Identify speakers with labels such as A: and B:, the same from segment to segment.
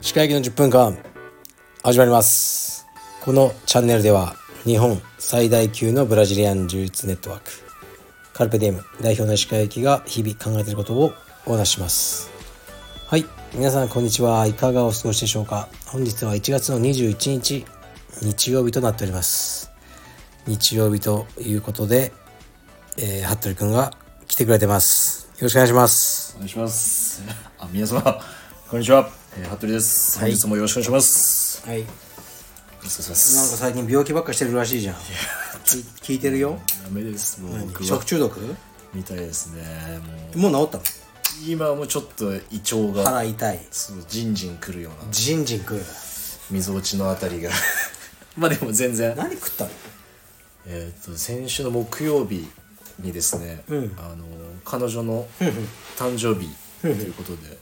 A: 歯科医の10分間始まりますこのチャンネルでは日本最大級のブラジリアン柔術ネットワークカルペディエム代表の歯科医が日々考えていることをお話ししますはい皆さんこんにちはいかがお過ごしでしょうか本日は1月の21日日曜日となっております日曜日ということで、えー、服部くんが来てくれてますよろしくお願いします
B: お願いします。あ、皆様、こんにちは。えー、服部です。本日もよろしくお願いします。
A: はいなんか
B: お願いします。
A: 最近病気ばっかしてるらしいじゃん聞いてるよ
B: ダメです。もう僕は
A: 食中毒
B: みたいですね。もう
A: もう治ったの
B: 今はもうちょっと胃腸が、
A: 腹痛い
B: そうジンジンくるような
A: ジンジン食うよ
B: 溝落ちのあたりが。 まあでも全然。
A: 何食ったの
B: えっ、と先週の木曜日にですね、あの彼女の誕生日ということで、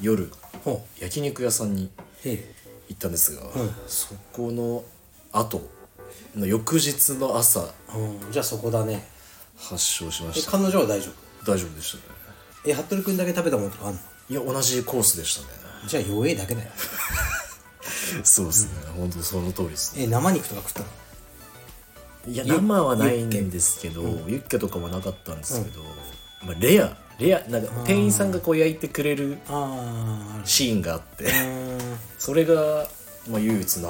B: 夜
A: ほ
B: 焼肉屋さんに。
A: うへ
B: 行ったんですが、そこの後の翌日の朝
A: えうんじゃあそこだね
B: 発症しま
A: え
B: した
A: 彼女は大丈夫
B: 大丈夫でしたね
A: え服部君だけ食べたものとかあんの
B: いや同じコースでしたね
A: じゃあ弱えだけだよ
B: そうですね、本当その通りですね
A: え生肉とか食ったの
B: いや生はないんですけどユッケとかもなかったんですけど、まあ、レアレアなんか店員さんがこう焼いてくれる
A: あ
B: シーンがあって
A: あうん
B: それが、まあ、唯一生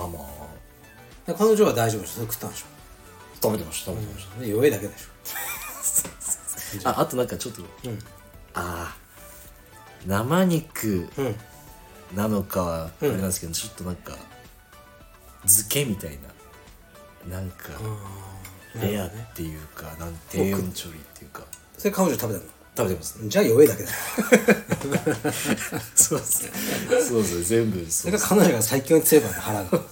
A: で彼女は大丈夫でしょそれ食ったんでし
B: 食べてました食べてまし
A: ょで弱えだけでしょ
B: た、ああとなんかちょっと、ああ生肉
A: うん
B: なのかあれなんですけど、ちょっとなんか漬けみたいななんかレアっていうか、なん低温調理っていうか
A: それ彼女食べた
B: 食べてますね
A: のじゃあ弱えだけだよ
B: そうですねそうですね全部そ
A: そうれ
B: で
A: が
B: す
A: 彼女が最強に強いからね腹 が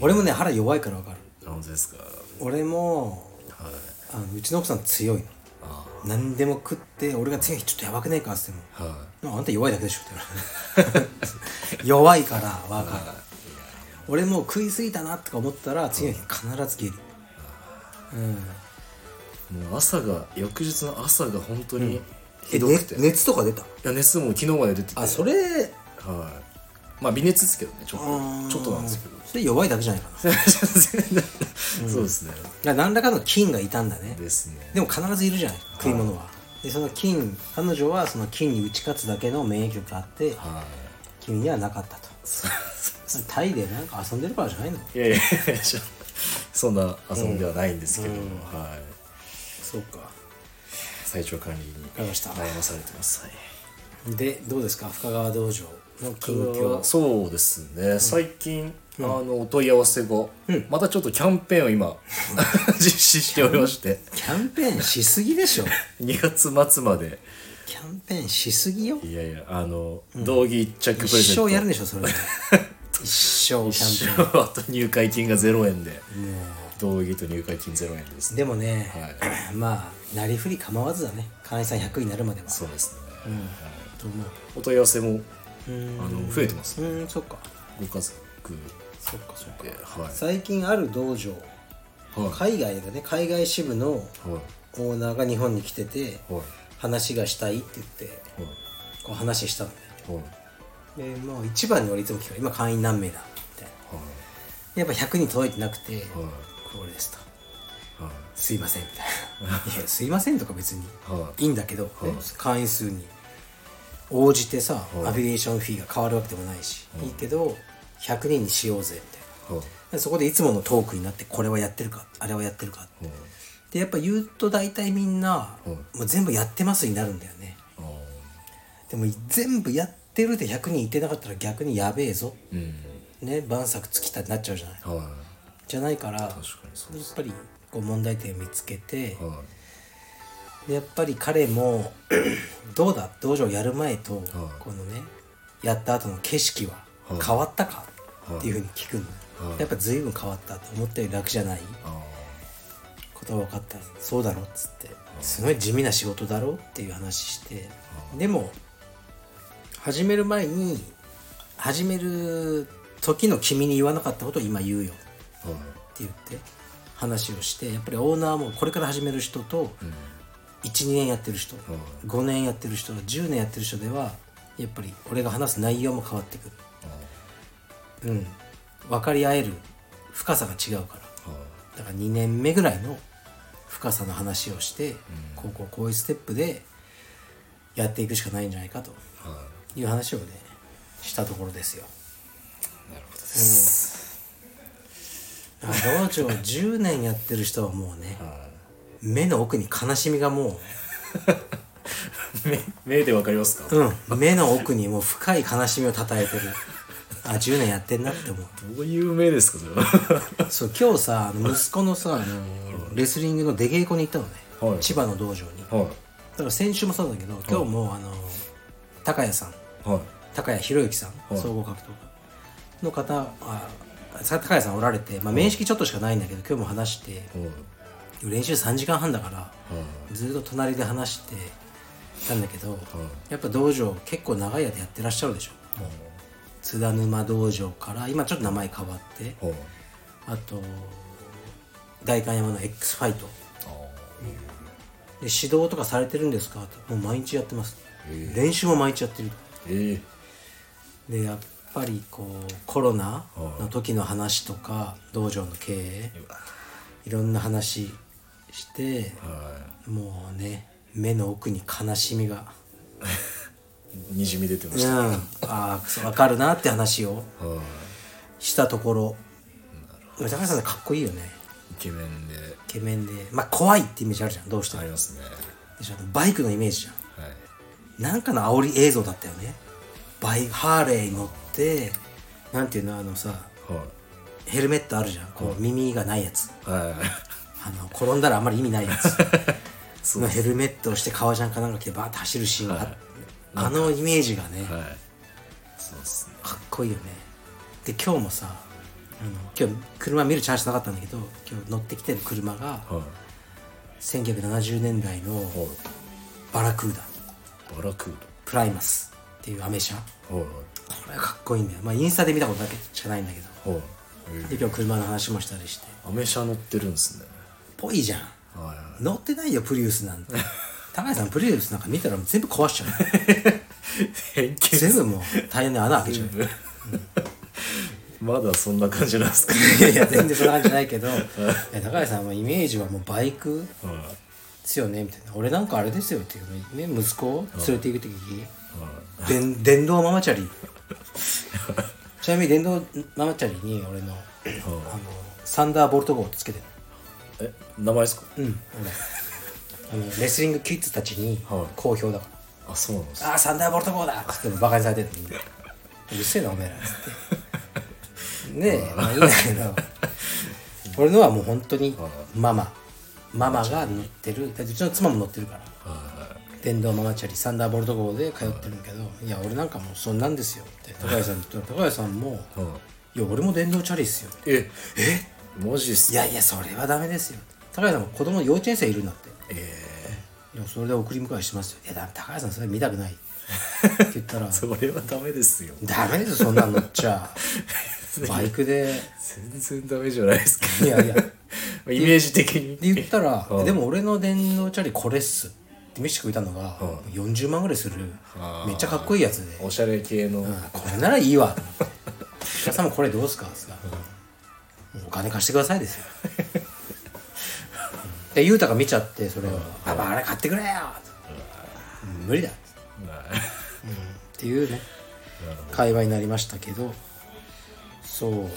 A: 俺もね腹弱いから分かる
B: 本当ですか
A: 俺も
B: はい
A: あのうちの奥さん強いの
B: あ
A: 何でも食って俺が強い日ちょっとやばくねえかっつっても
B: あは
A: でもあんた弱いだけでしょって 言われる弱いから分かる俺もう食い過ぎたなとか思ったら次の日必ず下痢
B: いもう朝が翌日の朝が本当にひ
A: え
B: どくて、
A: ね熱とか出た
B: いや熱も昨日まで出てて
A: あそれ
B: はいまあ微熱ですけどねちょっ
A: うん
B: とちょっとなんですけど
A: それ弱いだけじゃないか な
B: そうですね、
A: だから何らかの菌がいたんだね
B: ですね
A: でも必ずいるじゃない食い物は、でその菌彼女はその菌に打ち勝つだけの免疫力があって
B: はい
A: 君にはなかったとタイでなんか遊んでるからじゃないの
B: いやいやいやちょそんな遊びではないんですけど、はい
A: そうか
B: 最長管理に
A: かりました
B: 悩まされてます、はい
A: でどうですか深川道場の近況
B: そうですね最近、あのお問い合わせ後、またちょっとキャンペーンを今 実施しておりまして
A: キャンペーンしすぎでしょ
B: 2月末まで
A: キャンペーンしすぎよ
B: いやいやあの、道着一着プレゼント
A: 一生やるでしょ それ一生キャンペーン
B: 一 生あと入会金が0円で道着と入会金0円ですね
A: でもね、まあなりふり構わずだね会員さん100になるまでは
B: そうですね、
A: と思う
B: お問い合わせもあの増えてます、
A: うーんそっか
B: ご家族
A: そっかそっか
B: ではい
A: 最近ある道場
B: はい
A: 海外でね海外支部の
B: はい
A: オーナーが日本に来てて
B: はい
A: 話がしたいって言ってこう話したのね
B: はいはい
A: でもう一番に俺いつも聞く今会員何名だみたいなやっぱ100人届いてなくて「これです」と
B: はい
A: 「すいません」みたい な「いやすいません」とか別に
B: はい
A: いいんだけど、会員数に応じてさ、アフィリエーションフィーが変わるわけでもないし、いいけど100人にしようぜみたい
B: はい
A: なそこでいつものトークになってこれはやってるかあれはやってるか
B: はい
A: でやっぱ言うと大体みんな、
B: うん
A: もう全部やってますになるんだよね
B: あー
A: でも全部やってるで100人いてなかったら逆にやべえぞ
B: うん
A: ね晩作尽きたになっちゃうじゃない
B: はい
A: じゃないからやっ
B: 確かにそうです
A: ぱりこう問題点見つけて
B: はい
A: でやっぱり彼も どうだ道場やる前と、このねやった後の景色は変わったか、っていうふうに聞くの、やっぱ随分変わったと思ったより楽じゃない
B: あ
A: ことが分かったそうだろっつってすごい地味な仕事だろっていう話してでも始める前に始める時の君に言わなかったことを今言うよ
B: ーはい
A: って言って話をしてやっぱりオーナーもこれから始める人と12年やってる人、5年やってる人10年やってる人ではやっぱり俺が話す内容も変わってくる、うん、分かり合える深さが違うからだから2年目ぐらいの深さの話をして、こうこうこういうステップでやっていくしかないんじゃないかという話をねしたところですよ
B: なるほどです、
A: だから道 場10年やってる人はもうね目の奥に悲しみがも
B: 目目でわかりますか、
A: う、うん、目の奥にもう深い悲しみをたたえてるあ10年やってんなって思う
B: どういう目ですかそれは
A: そう今日さあの息子のさあのレスリングの出稽古に行ったのね、
B: はい
A: 千葉の道場にだ
B: は
A: から先週もそうだけど今日も、あの高谷さん
B: いはい
A: 高谷博之さん、
B: はい
A: 総合格闘家の方あさ高谷さんおられて、まあ、面識ちょっとしかないんだけど今日も話して
B: はい
A: 練習3時間半だから
B: はい
A: ずっと隣で話してたんだけど、
B: い
A: やっぱ道場結構長い間やってらっしゃるでしょ津田沼道場から今ちょっと名前変わって
B: はい
A: あと代官山の X ファイト
B: あ
A: で指導とかされてるんですかってもう毎日やってます、練習も毎日やってる
B: ーええ
A: でやっぱりこうコロナの時の話とか道場の経営いろんな話して
B: は
A: もうね目の奥に悲しみが
B: いにじみ出てま
A: うん
B: した、
A: ああーそう分かるなって話を
B: はい
A: したところ高橋さんかっこいいよね
B: イケメンで
A: イケメンでまあ怖いってイメージあるじゃんどうしても
B: ありますね
A: でしょバイクのイメージじゃん
B: はい
A: なんかの煽り映像だったよねバイハーレーに乗ってなんていうのあのさ
B: はい
A: ヘルメットあるじゃんこう耳がないやつ
B: はい
A: あの転んだらあんまり意味ないや つそのヘルメットをして革ジャンかなんか着てバーって走るシーンがあって、あのイメージがね、
B: はいそうっすね
A: かっこいいよねで今日もさあの今日車見るチャンスなかったんだけど今日乗ってきてる車が
B: は
A: 1970年代の
B: いは
A: バラクーダ
B: いバラクー
A: プライマスっていうアメ車
B: ドはい
A: これはかっこいいんだよまあインスタで見たことだけしかないんだけど
B: はい
A: で
B: え
A: 今日車の話もしたりして
B: アメ車乗ってるんですね
A: ぽいじゃん
B: はいは
A: 乗ってないよプリウスなん て高橋さんプリウスなんか見たら全部壊しちゃう
B: い偏見
A: 全部もうタイヤに穴開けちゃう
B: まだそんな感じなんですか
A: いやいや全然そんな感じじゃない けどいや高橋さんはイメージはもうバイク
B: はいはい
A: ですよねみたいな俺なんかあれですよっていうね息子を連れて行く時でん電動ママチャリちなみに電動ママチャリに俺のあのサンダーボルト号をつけてる
B: え名前ですか
A: うん俺あのレスリングキッズたちに
B: はい
A: 好評だか
B: あそうなんです
A: ら「ああーサンダーボルト号だ!」っつってバカにされてるんで「うるせえなおめえら」っつってねえまあいいんだけど俺のはもう本当にママママが乗ってるでうちの妻も乗ってるから
B: は
A: 電動ママチャリサンダーボルト号で通ってるんだけど「いや俺なんかもうそんなんですよ」って高橋さんに言ったら高橋さんも
B: いはい
A: 「いや俺も電動チャリっすよ」
B: ええマジっす
A: いやいやそれはダメですよ」高橋さんも子供幼稚園生いるんだって
B: え
A: 「いやそれで送り迎えしてますよ」「いやだ高橋さんそれ見た くない」って言ったら
B: ー、それはダメですよ
A: 「ダメですよそんなん乗っちゃバイクで」
B: 全然ダメじゃないですか
A: いやいや
B: まあイメージ的に
A: で言ったら「でも俺の電動チャリこれっす」って飯食いたのが40万ぐらいするめっちゃかっこいいやつで
B: おしゃれ系の、
A: これならいいわと思って「お客様これどうすか?」っつったらお金貸してください」ですよで裕太が見ちゃってそれを「パパあれ買ってくれよ!」無理だ」っていうね会話になりましたけどそう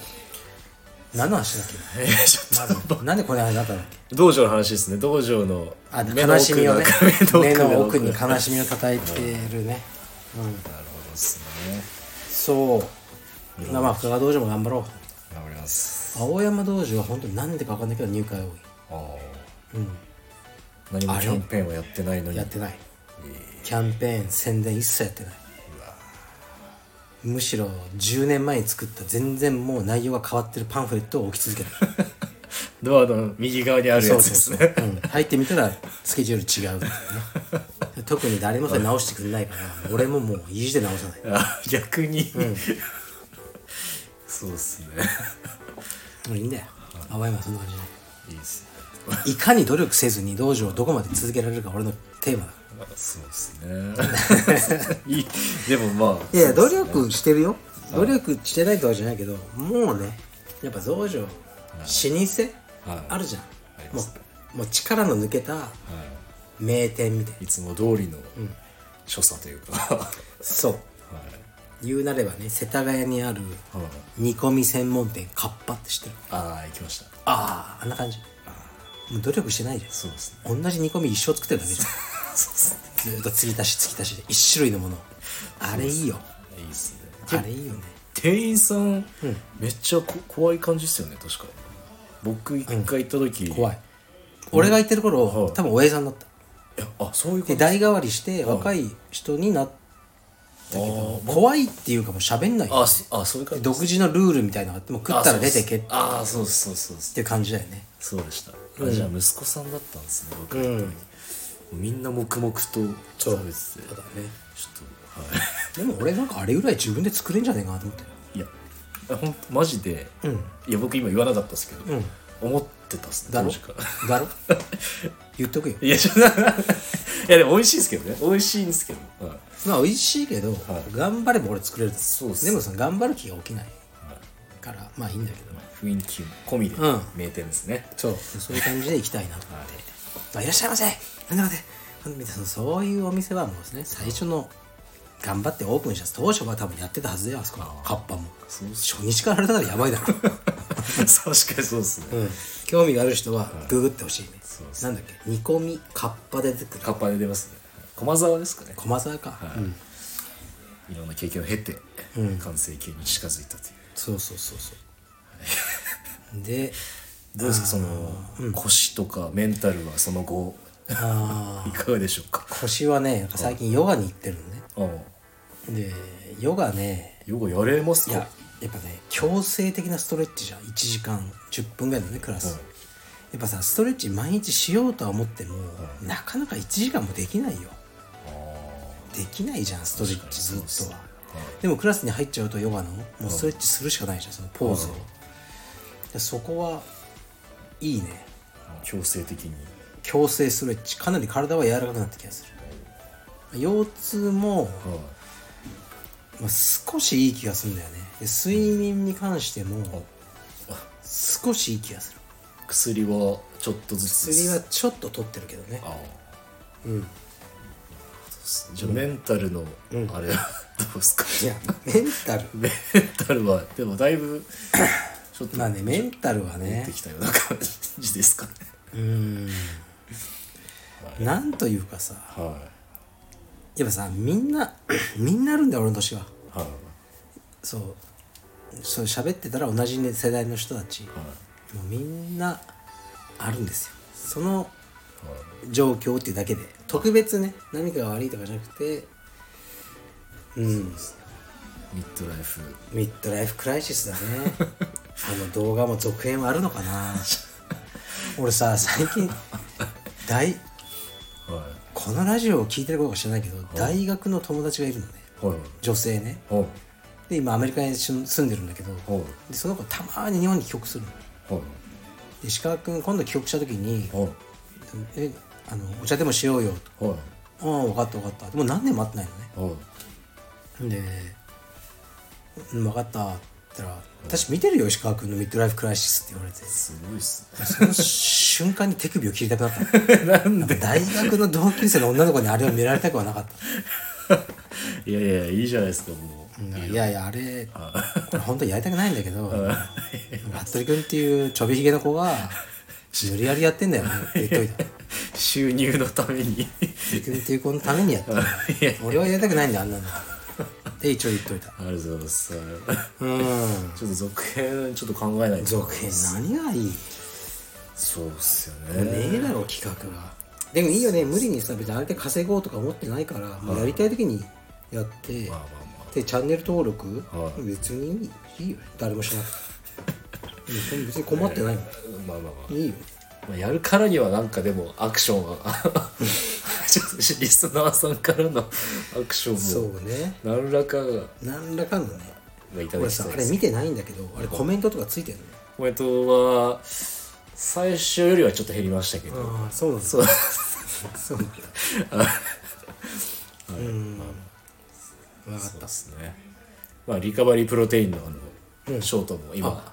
A: 何の話だっ
B: えーちょっと
A: けななんでこれ話になったんだっけ
B: 道場の話ですね道場の
A: あ
B: 目の
A: 悲し
B: 奥
A: みを
B: が
A: ね目の奥に悲しみを叩いてるね、うん、
B: なるほどですね
A: そう、まあまあ深川道場も頑張ろう
B: 頑張ります
A: 青山道場は本当に何でか分かんないけど入会多い
B: ああ何もキャンペーンはやってないのに
A: やってないキャンペーン宣伝一切やってないむしろ10年前に作った全然もう内容が変わってるパンフレットを置き続けた
B: ドアの右側にあるやつですね
A: う、ん、入ってみたらスケジュール違うっていうね特に誰もそれ直してくれないから俺ももう意地で直さない
B: あ逆に、そうですね
A: もういいんだよ青山はそんな感じじゃない
B: いいですね
A: いかに努力せずに道場をどこまで続けられるか俺のテーマだか
B: そうですね いいでもまあ
A: らいや
B: そ
A: 努
B: うっすね
A: 力してるよ努力してないとかじゃないけどもうねやっぱ道場老舗
B: はい
A: あるじゃん、
B: ありま
A: も
B: すね
A: うもう力の抜けた
B: は
A: 名店みたいない
B: いつも通りの所作というかは
A: そう言うなればね世田谷にある
B: いはい
A: 煮込み専門店カッパって知ってる
B: ああ行きました
A: あああんな感じもう努力してないじゃん
B: そうですね
A: 同じ煮込み一生作ってるだけじゃん
B: そうですね
A: ずーっと継ぎ足し継ぎ足しで一種類のものをあれいいよ
B: いいですね
A: あれいいよね
B: 店員さん、めっちゃこ怖い感じですよね確か僕一回行った時、
A: 怖い俺が言ってる頃、
B: はい
A: 多分おやじさんだった
B: いやあそういうこ
A: で
B: と
A: 代替わりして若い人になったけど怖いっていうかもう喋んない
B: あそあそういう感じ
A: 独自のルールみたいなのがあってもう食ったら出てけっ
B: あそうですあそうですそうです
A: ていう感じだよね
B: そうですそうでした、あじゃあ息子さんだったんですね僕が行った時、みんな黙々と食べててちょっとはい
A: でも俺なんかあれぐらい自分で作れんじゃねえかなと思って
B: いやほんマジで、いや僕今言わなかったですけど、思ってたっすね
A: だ
B: 当
A: ろ
B: 時から
A: だろ言っとくよ
B: いやちょっと いやでも美味しいですけどね美味しいんですけど、はい
A: まあ美味しいけど、
B: い
A: 頑張れば俺作れる
B: そうっす
A: でもその頑張る気が起きないからまあいいんだけど
B: 雰囲気も込みで
A: うん
B: 名店ですね、
A: そうそういう感じで行きたいなと思って、あいらっしゃいませなんでなんでみたいなそういうお店はもうですね最初の頑張ってオープンした当初は多分やってたはずだよあそこはカッパも
B: そうっす
A: 初日からあれだからやばいだろ、
B: 確かにそうですね、
A: うん興味がある人はググってほしいね、
B: そうっ
A: なんだっけ煮込みカッパで作る
B: カッパで出ますね駒沢ですかね
A: 駒沢か、うん
B: いろんな経験を経て、完成形に近づいたという
A: そうそうそうそうで
B: どうですかその、腰とかメンタルはその後
A: あ
B: いかがでしょうか
A: ー腰はねなんか最近ヨガに行ってるのね
B: ああ
A: でヨガね
B: ヨガやれます
A: い
B: か
A: ややっぱね強制的なストレッチじゃん1時間10分ぐらいのねクラス、
B: はい
A: やっぱさストレッチ毎日しようとは思っても、なかなか1時間もできないよできないじゃんストレッチずっとはでもクラスに入っちゃうとヨガのもうストレッチするしかないじゃんそのポーズを、でそこはいいね
B: 強制的に
A: 強制ストレッチかなり体は柔らかくなった気がする腰痛も、まあ、少しいい気がするんだよねで睡眠に関しても少しいい気がする
B: 薬はちょっとずつです
A: 薬はちょっと取ってるけどね
B: ああうんじゃあメンタルのあれは どうですか
A: いやメンタル
B: メンタルはでもだいぶちょっと
A: まあねメンタルは
B: 持っ
A: ね
B: てきたような感じですかね
A: なんというかさ
B: は
A: やっぱさみんな みんなあるんだよ俺の年はい
B: はい
A: そうそう喋ってたら同じ、ね、世代の人たちも
B: はいう
A: みんなあるんですよその状況っていうだけで特別ね何かが悪いとかじゃなくてうん
B: ミッドライフ
A: ミッドライフクライシスだねあの動画も続編はあるのかな俺さ最近大
B: は
A: このラジオを聞いてることか知らないけど大学の友達がいるのね
B: いはい
A: 女性ね
B: はい
A: で今アメリカに住住んでるんだけど
B: はい
A: でその子たまーに日本に帰国するの
B: はい
A: で石川君今度帰国した時に
B: はい
A: 「えあのお茶でもしようよ」と
B: はい
A: 「ああ分かった分かった」でもう何年も会ってないのね
B: はい
A: で「うん分かった」って言ったら「私見てるよ石川君のミッドライフクライシス」って言われて
B: すごいっすね
A: その瞬間に手首を切りたくな ったなんで大学の同級生の女の子にあれを見られたくはなかった
B: いやいやいいじゃないですかもう
A: いやいやあれこれ本当にやりたくないんだけど服部君っていうちょびひげの子が無理やりやってんだよねって言っといた
B: 収入のために
A: 服部君っていう子のためにやってんだよ
B: いや
A: 俺はやりたくないんだよあんなので一応言っといた
B: ありがとうございます
A: うん
B: ちょっと続編ちょっと考えないと
A: 続編何がいい
B: そうっすよね
A: ねえだろ企画がでもいいよね無理にさ別にあれで稼ごうとか思ってないからもうやりたい時にやって、
B: まあまあまあ
A: でチャンネル登録、
B: はい
A: 別にいいよ誰もしなく てうん別に困ってないもん
B: まあまあまあ
A: いいよ
B: まあ、やるからにはなんかでもアクションは ちょっとリスナーさんからのアクシ
A: そ
B: ョンも
A: うね
B: 何らかが
A: 何らかのね
B: いただ
A: 俺
B: き
A: さ
B: たい
A: あ
B: で
A: れ
B: す
A: 見てないんだけどあれコメントとかついてるの
B: コメントは最初よりはちょっと減りましたけど、
A: ああそうなんです
B: そう
A: そうなんだうん分か
B: そう
A: っ
B: ですねまあリカバリープロテインのあのショートも今、あの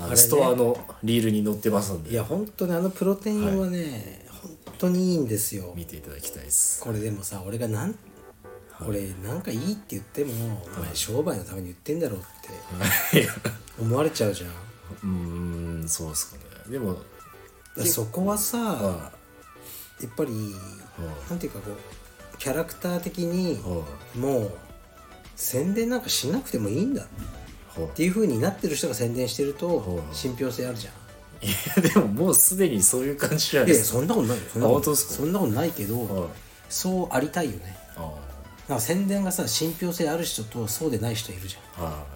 A: あれね
B: ストアのリールに載ってますん
A: た
B: で
A: いや本当にあのプロテインはね、本当にいいんですよ
B: 見ていただきたいです
A: これでもさ俺がなん、俺なんかいいって言っても、お前商売のために言ってんだろうって
B: いや
A: 思われちゃうじゃんだか
B: うーんそうですかねでも
A: らそこはさ、
B: あ
A: やっぱり、
B: い
A: なんていうかこうキャラクター的に
B: あ、は
A: もう宣伝なんかしなくてもいいんだ
B: あは
A: っ
B: あ
A: ていう風になってる人が宣伝してると
B: はい
A: 信憑性あるじゃん
B: いや でももうすでにそういう感じじゃない
A: いや
B: で
A: いや
B: すか
A: そんなことないよそんなこ
B: あ本
A: と
B: 当ですか
A: そんなことないけど、
B: はい
A: そうありたいよね
B: あ
A: なんか宣伝がさ信憑性ある人とそうでない人いるじゃん
B: あは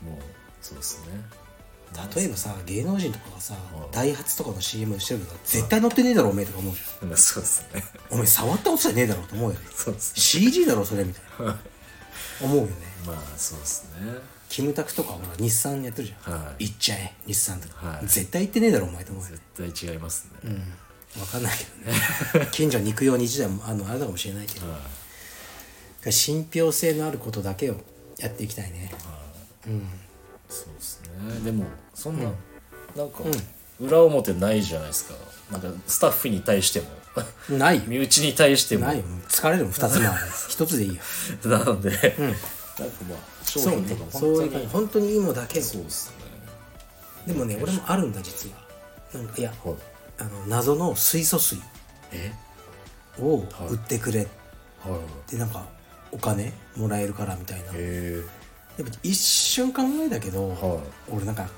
B: いもうそうですね
A: 例えばさ芸能人とかがさ
B: はい
A: ダイハツとかの CM してるから絶対乗ってねえだろおめえとか思うじ
B: うんそうですね
A: ゃんおめえ触ったことじゃねえだろうと思うよね
B: そうですね
A: CG だろそれみたいな 思うよね
B: まあそうですね
A: キムタクとかほら日産やってるじゃん、
B: はい
A: 行っちゃえ日産とか、
B: はい
A: 絶対行ってねえだろお前と思うよね
B: 絶対違いますね、
A: 分かんないけど ね近所に行くように一台もあのあれかもしれないけど、
B: はい
A: 信憑性のあることだけをやっていきたいね
B: そうですねでもそんな、なんか、裏表ないじゃないですかなんかスタッフに対しても
A: ないよ
B: 身内に対しても
A: ないよ疲れるもん2つもある一つでいいよ
B: なので、なんかまあ商
A: そう
B: 品
A: ね
B: とかも
A: そういう感じ
B: 本
A: 本当にいいのだけを
B: 当にそうです
A: でもね俺もあるんだ実はなんかいや
B: ねはい
A: あの謎の水素水
B: え
A: を売ってくれっ
B: はいはい
A: てなんかお金もらえるからみたいなやっ
B: え
A: ぱ一瞬考えたけど、
B: はい
A: 俺なんか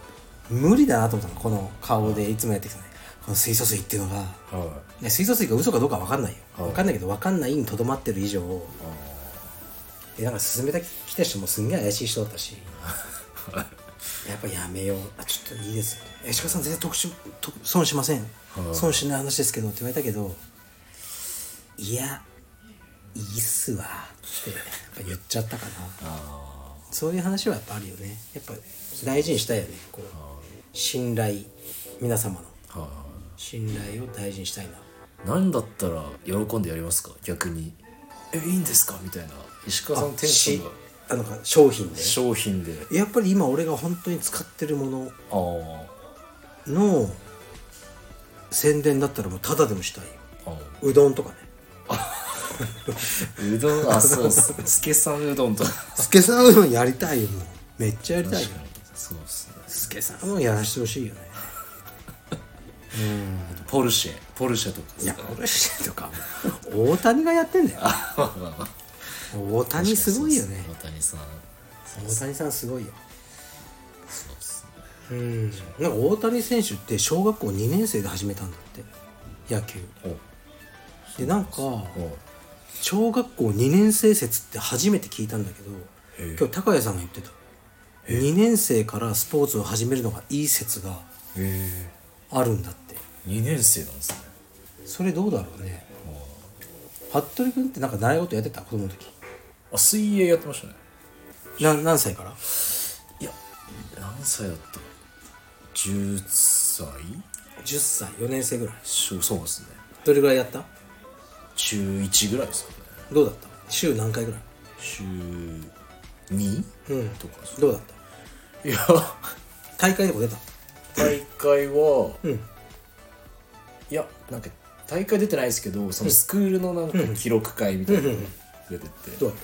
A: 無理だなと思ったのこの顔でいつもやってきたねこの水素水っていうのが
B: ー、はい
A: ね水素水が嘘かどうか分かんないよ、
B: はい
A: 分かんないけど分かんないにとどまってる以上えなんか勧めてきた人もすんげえ怪しい人だった しやっぱやめようあちょっといいですえ石川さん全然得し得損しません、
B: はい
A: 損しない話ですけどって言われたけどいやいいっすわってやっぱ言っちゃったかな
B: あ
A: そういう話はやっぱあるよねやっぱ大事にしたいよねこう信頼皆様の
B: ーはい
A: 信頼を大事にしたいな
B: 何だったら喜んでやりますか逆にえいいんですかみたいな石川さんのテンションが
A: あなんか商品で
B: 商品で
A: やっぱり今俺が本当に使ってるもの
B: あー
A: の宣伝だったらもうタダでもしたいよ
B: あー
A: うどんとかね
B: うどんあそうっすねスケさんうどんと
A: 助さんうどんやりたいよもうめっちゃやりたいよ
B: そうっすね
A: 助さんうどんやらしてほしいよね
B: ポルシェポルシェとか
A: い や俺してとか大谷がやってんだよ大谷すごいよね
B: 大谷さん
A: 大谷さんすごいよ
B: そうっすね
A: うんなんか大谷選手って小学校2年生で始めたんだって野球
B: お
A: でなんか
B: お
A: 小学校2年生説って初めて聞いたんだけど
B: ええ
A: 今日高谷さんが言ってた2年生からスポーツを始めるのがいい説が
B: へえ
A: あるんだって
B: 2年生なんですね
A: それどうだろうね服部君ってなんか習い事やってた子供の時
B: あ水泳やってましたね
A: な何歳から
B: いや何歳だった10歳
A: 10歳4年生ぐらい
B: そうそうですね
A: どれぐらいやった
B: 中1ぐらいですかね
A: どうだった週何回ぐらい
B: 中 2?
A: うん
B: とかです
A: どうだった
B: いや
A: 大会でも出た
B: 大会は
A: うん
B: いやなんか大会出てないですけどそのスクールのなんか記録会みたいなのが出てて
A: どうだっ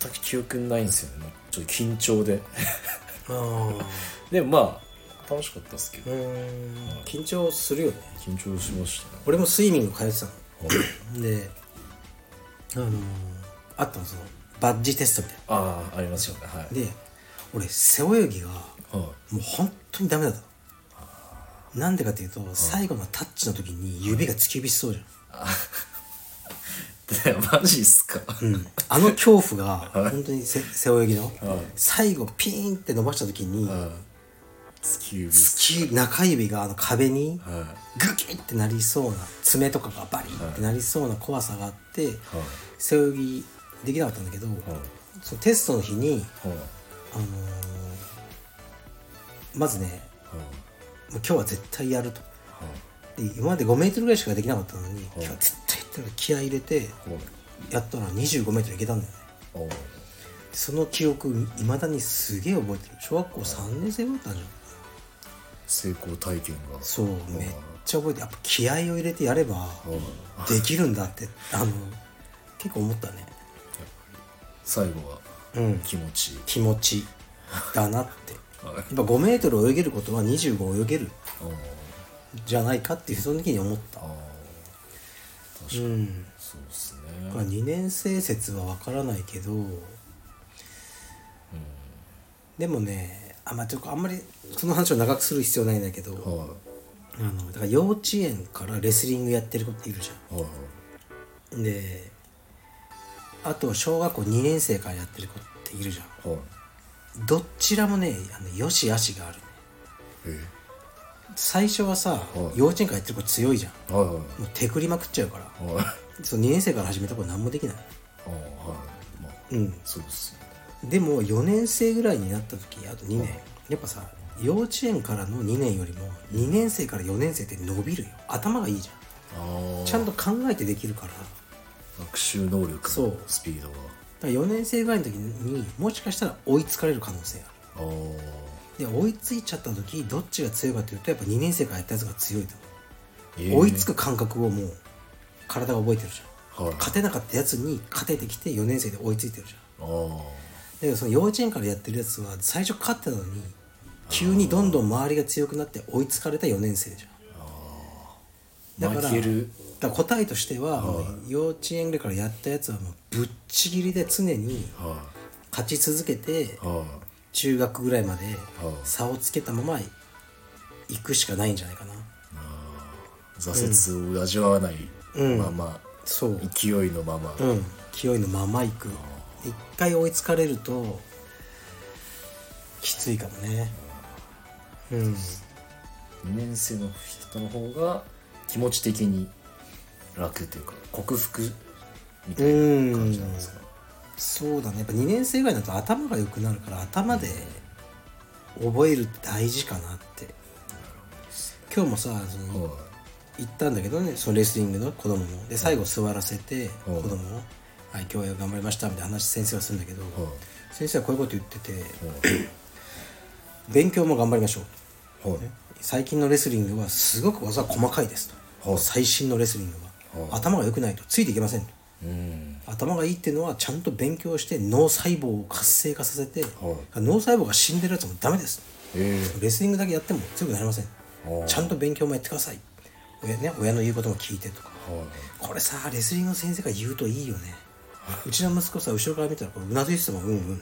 A: た
B: 全く記憶にないんですよねちょっと緊張で
A: ああ
B: でもまあ楽しかったですけ
A: う
B: ど
A: ーん緊張するよね
B: 緊張しましたね
A: 俺もスイミング通ってたの
B: はい
A: であのーあったのそのバッジテストみたい
B: ああありますよねはい
A: なで俺背泳ぎが
B: は
A: もう本当にダメだったのなんでかっていうと最後のタッチの時に指が突き指しそうじ
B: いで マジっすか
A: ゃん、 うん、あの恐怖が本当にせ背泳ぎの最後ピーンって伸ばした時に
B: 月指
A: 突き中指があの壁に
B: はいはい
A: グキってなりそうな爪とかがバリってなりそうな怖さがあって背泳ぎできなかったんだけどそのテストの日に
B: はい
A: あのーまずね、もう今日は絶対やるとで今まで5メートルぐらいしかできなかったのに今日は絶対って気合い入れて
B: ほう
A: やったら25メートルいけたんだよね
B: おう
A: その記憶いまだにすげえ覚えてる小学校3年生だったんじゃん
B: 成功体験が
A: そうめっちゃ覚えてやっぱ気合を入れてやれば
B: うん
A: できるんだってあの結構思ったね
B: 最後は
A: うん
B: 気持ちいい、
A: 気持ちだなって
B: はい
A: やっぱ5メートル泳げることは25泳げる
B: おう
A: じゃないかっていうその時に思った
B: あー確か
A: う
B: に
A: ん
B: そうです
A: まあ
B: ね
A: 2年生説は分からないけど、でもねあ,、まあ、ちょっとあんまりその話を長くする必要ないんだけど、
B: はい
A: あのだから幼稚園からレスリングやってる子っているじ
B: はいはい
A: ゃんであと小学校2年生からやってる子っているじゃ
B: はい
A: んどちらもねあのよし悪しがある
B: え
A: 最初はさ、
B: い
A: 幼稚園からやってる子強いじゃん
B: はいはい
A: もう手繰りまくっちゃうから
B: はいはい
A: その2年生から始めた子何もできない
B: あーはいまあ
A: うん
B: そうですよね
A: でも4年生ぐらいになった時あと2年やっぱさ幼稚園からの2年よりも2年生から4年生って伸びるよ頭がいいじゃ
B: あー
A: んちゃんと考えてできるからだか
B: 学習能力
A: そ
B: の
A: う
B: スピードが
A: ら4年生ぐらいの時にもしかしたら追いつかれる可能性があ
B: あー
A: るで追いついちゃった時どっちが強いかというとやっぱ2年生からやったやつが強いと思
B: えー
A: う、追いつく感覚をもう体が覚えてるじゃん、
B: はい
A: 勝てなかったやつに勝ててきて4年生で追いついてるじゃん
B: あー
A: だけどその幼稚園からやってるやつは最初勝ってたのに急にどんどん周りが強くなって追いつかれた4年生じゃんだから
B: 負ける
A: だから答えとしては、幼稚園ぐらいからやったやつはもうぶっちぎりで常に
B: は
A: 勝ち続けて
B: いは
A: 中学ぐらいまで
B: うん
A: 差をつけたまま行くしかないんじゃないかない
B: 挫折を味わわないまま、
A: そう
B: 勢いのまま、
A: うん勢いのまま行く一回追いつかれるときついかもねうん
B: 2年生の人の方が気持ち的に楽というか克服みたいな感じなんですか、
A: そうだねやっぱ2年生ぐらいだと頭が良くなるから頭で覚えるって大事かなって今日もさその
B: は
A: 行ったんだけどねそのレスリングの子供もで最後座らせて
B: うん
A: 子供を「はい今日は頑張りました」みたいな話先生がするんだけど
B: いは
A: 先生はこういうこと言ってて
B: い
A: 「勉強も頑張りましょう」
B: はい
A: 最近のレスリングはすごく技が細かいですと、
B: はい
A: 最新のレスリングは、
B: はい
A: 頭が良くないとついていけませんと
B: うん
A: 頭がいいっていうのはちゃんと勉強して脳細胞を活性化させて、
B: は
A: 脳細胞が死んでるやつもダメです
B: ええ
A: レスリングだけやっても強くなりません
B: はい
A: ちゃんと勉強もやってください親,、ね、親の言うことも聞いてとか
B: は
A: これさレスリングの先生が言うといいよねうちの息子さ後ろから見たらこうなずいててもうん うんうんうん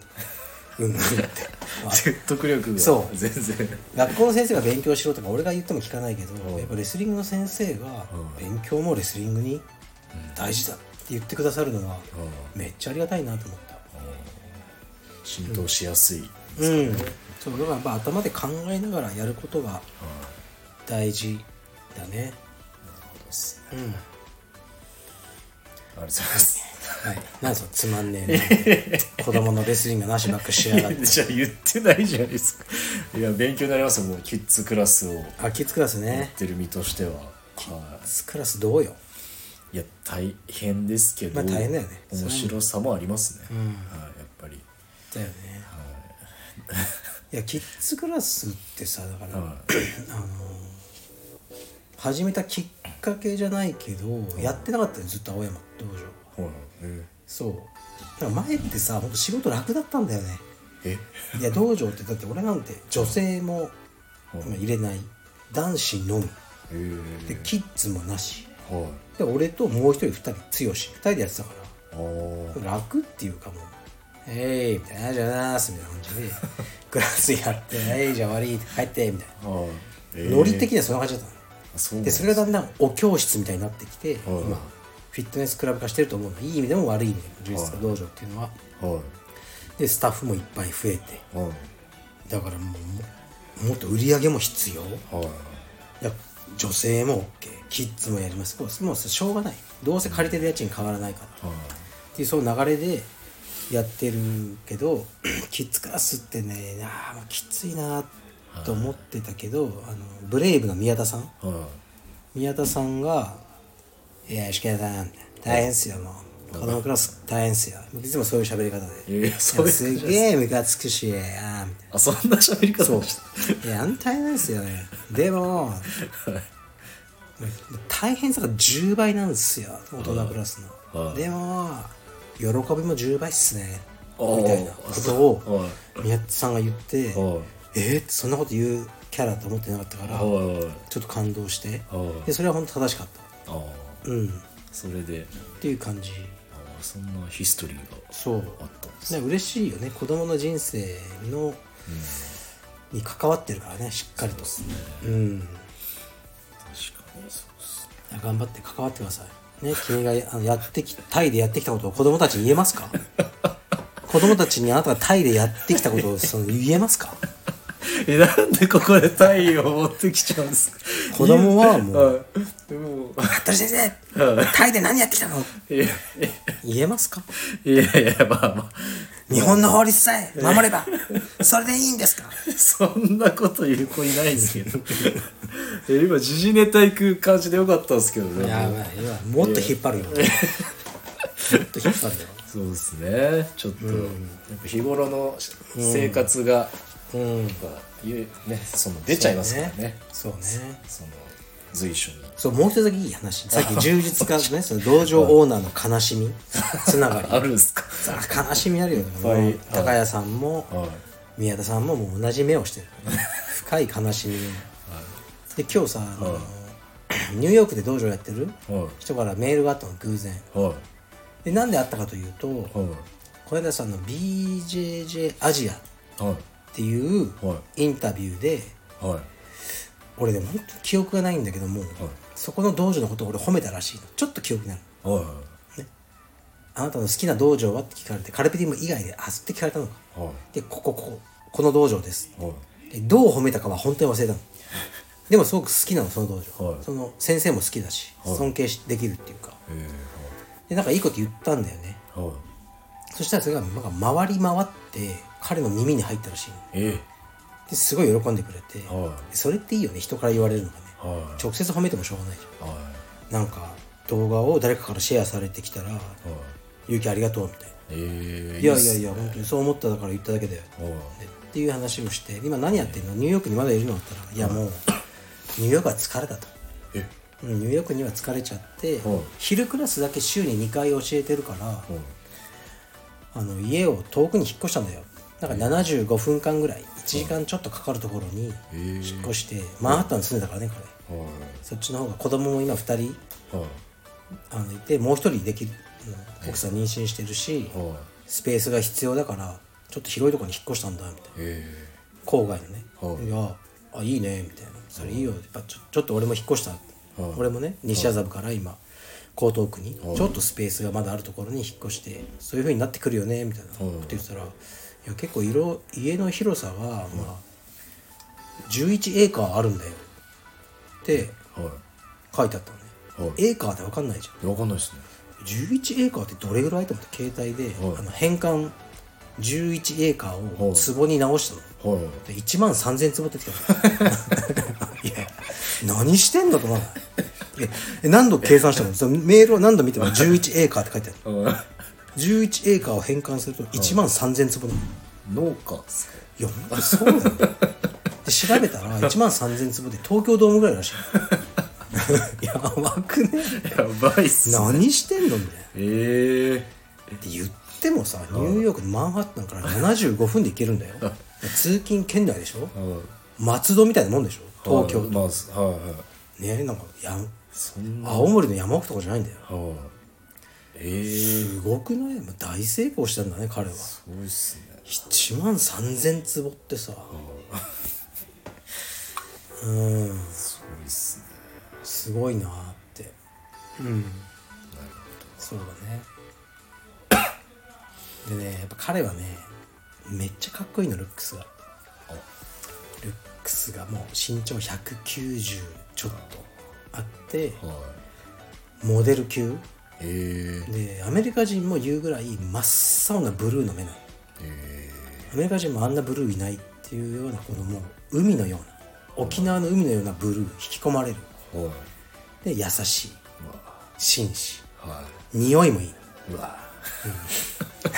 A: って
B: い説得力が
A: そう
B: 全 然
A: 学校の先生が勉強しろとか俺が言っても聞かないけど、やっぱレスリングの先生が勉強もレスリングに大事だって言ってくださるのはめっちゃありがたいなと思った、
B: 浸透しやすい、
A: うんそうだからやっぱ頭で考えながらやることが大事だね
B: ですね
A: うん
B: ありがとうございます
A: はい何そのつまんねえな子供のレスリングの話ばっかしやが って
B: じゃあ言ってないじゃないですかいや勉強になりますよもうキッズクラスをや
A: あキッズクラスね
B: ってる身としては、はい
A: キッズクラスどうよ
B: いや大変ですけ
A: ま
B: ど、
A: あ大変だよね
B: 面白さもありますね、はいやっぱり
A: だよね、い、やキッズクラスってさだから、
B: は
A: 始めたきっかけじゃないけど、やってなかったよずっと青山道場
B: ほらえ
A: そうだから前ってさほんと仕事楽だったんだよね
B: え
A: いや道場ってだって俺なんて女性もまあ入れない男子のみ
B: えー
A: でキッズもなし
B: はい
A: で俺ともう一人二人強し二人でやってたか
B: あー
A: ら楽っていうかもう「えい」みたいな「あーじゃあなーす」みたいな感じでクラスやって「えいじゃあ終わり」帰ってみたいな
B: はいえ
A: ノリ的にはそんな感じだったの
B: あそうなん
A: で
B: で
A: そ
B: す
A: れがだんだんお教室みたいになってきて、
B: はい
A: 今フィットネスクラブ化してると思うのいい意味でも悪い意味でも充実化道場っていうのは、
B: はい
A: でスタッフもいっぱい増えて
B: はい
A: だからもうももっと売り上げも必要
B: はい
A: いや女性も OK キッズもやりますこうもうしょうがないどうせ借りてる家賃変わらないから、
B: はい
A: っていうそういう流れで やってるけどキッズクラスってねあーまあきついなと思ってたけど、あのブレイブの宮田さん
B: うん
A: 宮田さんが「いや石川さん大変っすよもう子供クラス大変っすよ」いつもそういう喋り方で「
B: いやそういう
A: すげえムカつくしあーみたい
B: あそんな喋り方をし
A: ないやあんた大変なんですよねでも大変さが10倍なんですよ大人クラス
B: は
A: の
B: い
A: でも喜びも10倍っすね
B: おー
A: みたいなことを
B: は
A: 宮田さんが言って
B: はい
A: えー、そんなこと言うキャラと思ってなかったから
B: たおいおい
A: ちょっと感動して
B: はい
A: でそれは本当正しかった
B: あ
A: うんっ
B: それで
A: ていう感じ
B: あーそんなヒストリーが
A: そう
B: あったんです
A: ね嬉しいよね子供の人生のに関わってるからねしっかりとうん
B: 確かにそうっす
A: 頑張って関わってくださいね君があのやってきタイでやってきたことを子供たちに言え ますか子供たちにあなたがタイでやってきたことをその言えますか
B: えなんでここで太陽を持ってきちゃうんですか
A: 子供はもう
B: うでも
A: 「服部先生タイで何やってきたの?
B: いやい」
A: 言えますか
B: やいやいやまあま
A: 日本の法律さえ守ればそれでいいんですか
B: あそんなこと言う子いないんですけどえ今時事ネタ行く感じでよかったんですけどね
A: やばいやもっと引っ張るよもっと引っ張るよ
B: そうですねちょっと、やっぱ日頃の生活が、
A: うん
B: やっぱゆね、その出ちゃいますからね
A: そうね
B: その随所に
A: そうもう一つだけいい話さっき柔術家ねその道場オーナーの悲しみつながり
B: あるんですか
A: あ悲しみあるよね、
B: ぱい
A: もう
B: はい
A: 高谷さんも
B: はい
A: 宮田さんももう同じ目をしてる深い悲しみをで今日さ、あのニューヨークで道場やってる
B: は
A: 人からメールがあったの偶然
B: いはい
A: でなんであったかというと、
B: はい
A: 小枝さんの BJJ アジアっ
B: はい
A: ていう
B: は
A: インタビューで
B: はい
A: 俺ね本当に記憶がないんだけども、そこの道場のことを俺褒めたらしいのちょっと記憶になる
B: はい
A: あなたの好きな道場はって聞かれてカルペディウム以外であずって聞かれたのか
B: は
A: でこここここの道場です
B: いは
A: で
B: い
A: どう褒めたかは本当に忘れたのでもすごく好きなのその道場、
B: はい
A: その先生も好きだし、
B: はい
A: 尊敬しできるっていうか
B: え
A: でなんかいいこと言ったんだよね
B: ーはいはい
A: そしたらそれがなんか回り回って彼の耳に入ったらしいの
B: え
A: ですごい喜んでくれて、
B: ーはい
A: それっていいよね人から言われるのがね
B: は
A: 直接褒めてもしょうがないじ
B: いは
A: ゃんなんか動画を誰かからシェアされてきたら
B: いはい
A: 「勇気ありがとう」みたいな「
B: えー
A: いやいやいや本当にそう思っただから言っただけだよ」
B: はい
A: っていう話をして今何やってんのニューヨークにまだいるのだったら「いやもうニューヨークは疲れた」と。
B: え
A: うんニューヨークには疲れちゃって
B: はい
A: 昼クラスだけ週に2回教えてるから
B: はい
A: あの家を遠くに引っ越したんだよだから75分間ぐらい1時間ちょっとかかるところに
B: えー
A: 引っ越してマンハッタンに住んでたからね彼
B: はい
A: そっちの方が子供も今2人
B: はい
A: あのいてもう1人できるうん奥さん妊娠してるし
B: はい
A: スペースが必要だからちょっと広いところに引っ越したんだみたいな
B: え
A: 郊外のね
B: はい
A: いやあいいねみたいなそれいいよやっぱちょちょっと俺も引っ越した
B: はい
A: 俺もね西麻布から今江東区に
B: はい
A: ちょっとスペースがまだあるところに引っ越してそういう風になってくるよねみたいなこと
B: はい
A: 言ってたらいや結構色家の広さがまあ11エーカーあるんだよって
B: ーは
A: 書いてあったのね
B: いはい
A: エーカーって分かんないじゃん
B: いやわかんないですね
A: 11エーカーってどれぐらいと思って携帯で、
B: はい
A: あの変換11エーカーを
B: はい
A: 壺に直したの、
B: はい
A: で1万3000坪って言ってたの いや何してんのと思わないいやえ何度計算してもそのメールを何度見ても11エーカーって書いてある
B: はい
A: 11エーカーを変換すると1万3000坪なの
B: 農家っすか
A: いや本当そうなんだよで調べたら1万3000坪で東京ドームぐらいらし いやばくね
B: やばいっす
A: 何してんのみたいな
B: ええ
A: って言ってもさニューヨークのマンハッタンから75分で行けるんだよ通勤圏内でしょ
B: はい
A: 松戸みたいなもんでしょ東京
B: まあすはいはい
A: ねなんかやん
B: そんな
A: 青森の山奥とかじゃないんだよ
B: はいええ
A: すごくないもう大成功したんだね彼は
B: すごいっすね
A: 1万3000坪ってさうん
B: すごいっすね
A: すごいなってうんそうだねでねやっぱ彼はねめっちゃかっこいいのルックスがルックスがもう身長190ちょっとあって
B: は
A: モデル級
B: いええ
A: でアメリカ人も言うぐらい真っ青なブルーの目なの
B: え
A: アメリカ人もあんなブルーいないってっていうようなこのもう海のような沖縄の海のようなブルー引き込まれる
B: お
A: で
B: い。
A: 優しいう
B: わ
A: 紳士
B: は
A: 匂いもいい
B: い。うわ。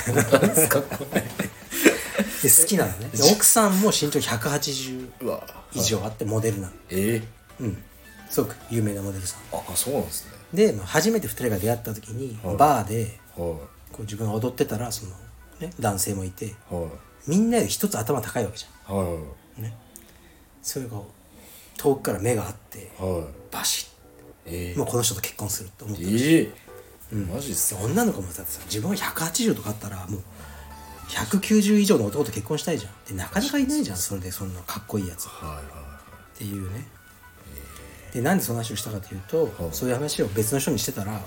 B: 何ですかこれ。
A: で好きなのねで奥さんも身長180
B: うわ。
A: 以上あってモデルなの
B: えー
A: うんすごく有名なモデルさん
B: ああそうなんですね。
A: で、まあ、初めて2人が出会った時にバーで
B: は
A: こう自分が踊ってたらその、ね、男性もいて
B: いはい
A: みんなより一つ頭高いわけじ
B: は
A: ゃんねそれが遠くから目があって
B: いはい。
A: バシ
B: え
A: ッもうこの人と結婚すると思っ
B: え
A: て
B: ー。マジっすか。
A: 女の子もだってさ自分は180とかあったらもう190以上の男と結婚したいじゃんでなかなかいないじゃんそれでそんなかっこいいやつっ
B: はいはい。
A: ていうねでなんでその話をしたかというと
B: はい
A: そういう話を別の人にしてたら
B: は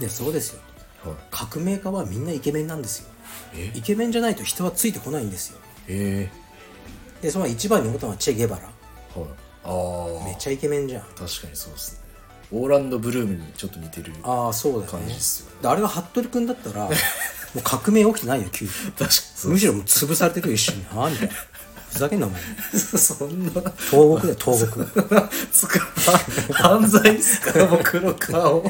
A: 「でそうですよ
B: はい。
A: 革命家はみんなイケメンなんですよ
B: え
A: イケメンじゃないと人はついてこないんですよ
B: え
A: でその一番に思ったのはチェ・ゲバラ
B: ー。はい。ああ。
A: めっちゃイケメンじゃん
B: 確かにそうですねオーランド・ブルームにちょっと似てる確か
A: ああそうだよ
B: 感
A: ね
B: じっすよね
A: であれが服部君だ ったらもう革命起きてないよ急に
B: にそ
A: むしろもう潰されてくる一瞬にああみ たいなふざけんなお前
B: そんな
A: 東国だよ東国
B: つか犯罪っすか僕の顔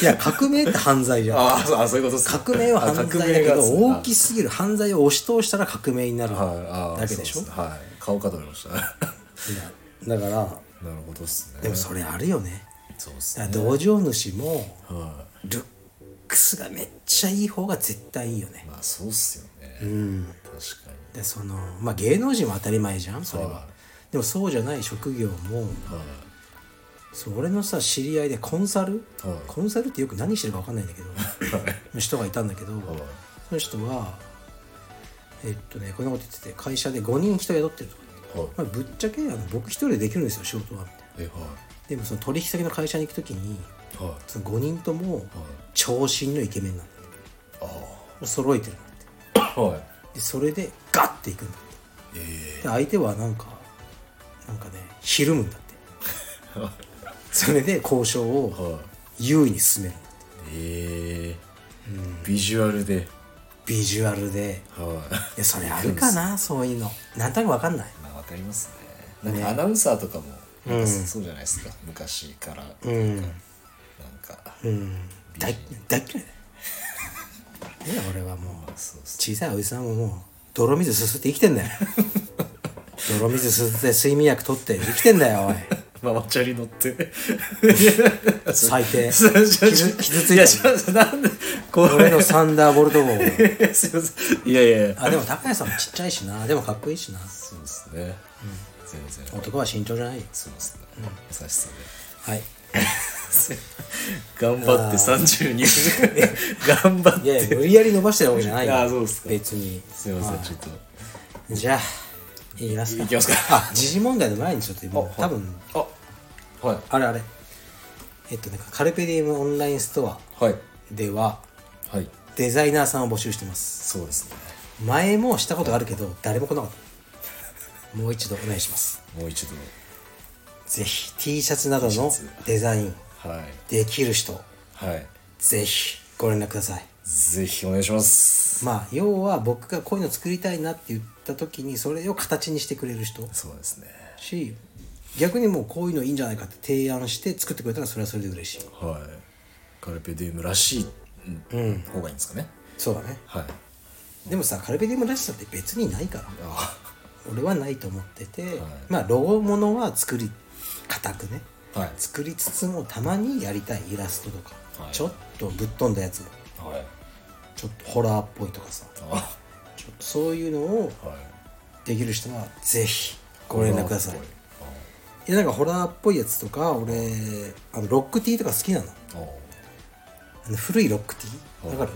A: いや革命って犯罪じゃん
B: あーそうあそういうことっすね
A: 革命は
B: あ
A: 犯罪だけど
B: 革命が
A: 大きすぎる犯罪を押し通したら革命になる
B: はいあー
A: だけでしょ
B: そうっすねはい顔かと思いました な
A: いやだから
B: るほどっすね
A: でもそれあるよね
B: そうっす
A: だ
B: ね
A: から道場主も
B: は
A: ルックスがめっちゃいい方が絶対いいよね
B: いまあそうっすよね
A: うん
B: 確か
A: でそのまあ芸能人は当たり前じゃんそれは、
B: は
A: でもそうじゃない職業も
B: には
A: そう俺のさ知り合いでコンサル、
B: はい
A: コンサルってよく何してるか分かんないんだけど人がいたんだけど、
B: いはい
A: その人はえっとねこんなこと言ってて会社で5人人雇ってるとか言って、
B: はい
A: まあ、ぶっちゃけあの僕一人でできるんですよ仕事はみたいな
B: えはい
A: でもその取引先の会社に行く時に
B: はい
A: その5人とも長身のイケメンなんだって
B: あ
A: もう揃えてるんだって
B: あはい
A: でそれでガッていくんだって
B: え
A: で相手はなんかなんかねひるむんだ って
B: えはい
A: それで交渉を
B: はい
A: 優位に進めるんだって
B: ええビジュアルで
A: ビジュアルで
B: はい
A: いやそれあるかなそういうのなんとなく分かんない
B: まあわかりますねなんかアナウンサーとかもなんか
A: う
B: そ
A: ん
B: そうじゃないですか、昔からなんか、
A: うんうん
B: ビ
A: 大
B: ジ
A: 大っ嫌い だよね俺はもう
B: そうっす
A: 小さいおじさんももう泥水すすって生きてんだ よ泥水すすって睡眠薬取って生きてんだよおい
B: ママチャリ乗って
A: 最低
B: 傷
A: 傷傷ついた
B: やちょっとなんでこ
A: 俺
B: れ
A: のサンダーボルト号
B: すいませ んいやいやいや
A: あでも高橋さんもちっちゃいしなでもかっこいいしな
B: そうですね、全然
A: 男は身長じゃないよ
B: そうですね、優しさ
A: はい
B: で頑張って 32頑張っ
A: いやい
B: て
A: や無理やり伸ばしてるわけじゃないよ
B: あーそうっすか
A: 別に
B: すいませんちょっと
A: じゃあいきますか
B: いきますか
A: あ時事問題の前にちょっともう多分
B: あはい
A: あれあれえっとなんかカルペディウムオンラインストア
B: はい
A: では
B: はい
A: デザイナーさんを募集してます
B: そうですね
A: 前もしたことがあるけど誰も来なかったもう一度お願いします
B: もう一度
A: ぜひ T シャツなど
B: T シャ
A: の
B: ツ
A: デザイン
B: はい
A: できる人
B: はい
A: ぜひご連絡ください
B: ぜひお願いします
A: まあ要は僕がこういうの作りたいなって言った時にそれを形にしてくれる人
B: そうですね
A: し逆にもうこういうのいいんじゃないかって提案して作ってくれたらそれはそれで嬉しい
B: はいカルペディウムらしい、うん、方がいいんですかね
A: そうだね
B: はい
A: でもさカルペディウムらしさって別にないから
B: あ
A: 俺はないと思ってて、まあロゴものは作り固くね
B: はい
A: 作りつつもたまにやりたいイラストとか、
B: はい
A: ちょっとぶっ飛んだやつも
B: はい
A: ちょっとホラーっぽいとかさ
B: あ
A: ちょっとそういうのを
B: はい
A: できる人はぜひご連絡ください
B: はい
A: いやなんかホラーっぽいやつとか俺あのロックティーとか好きなの
B: あ
A: あの古いロックティーわかる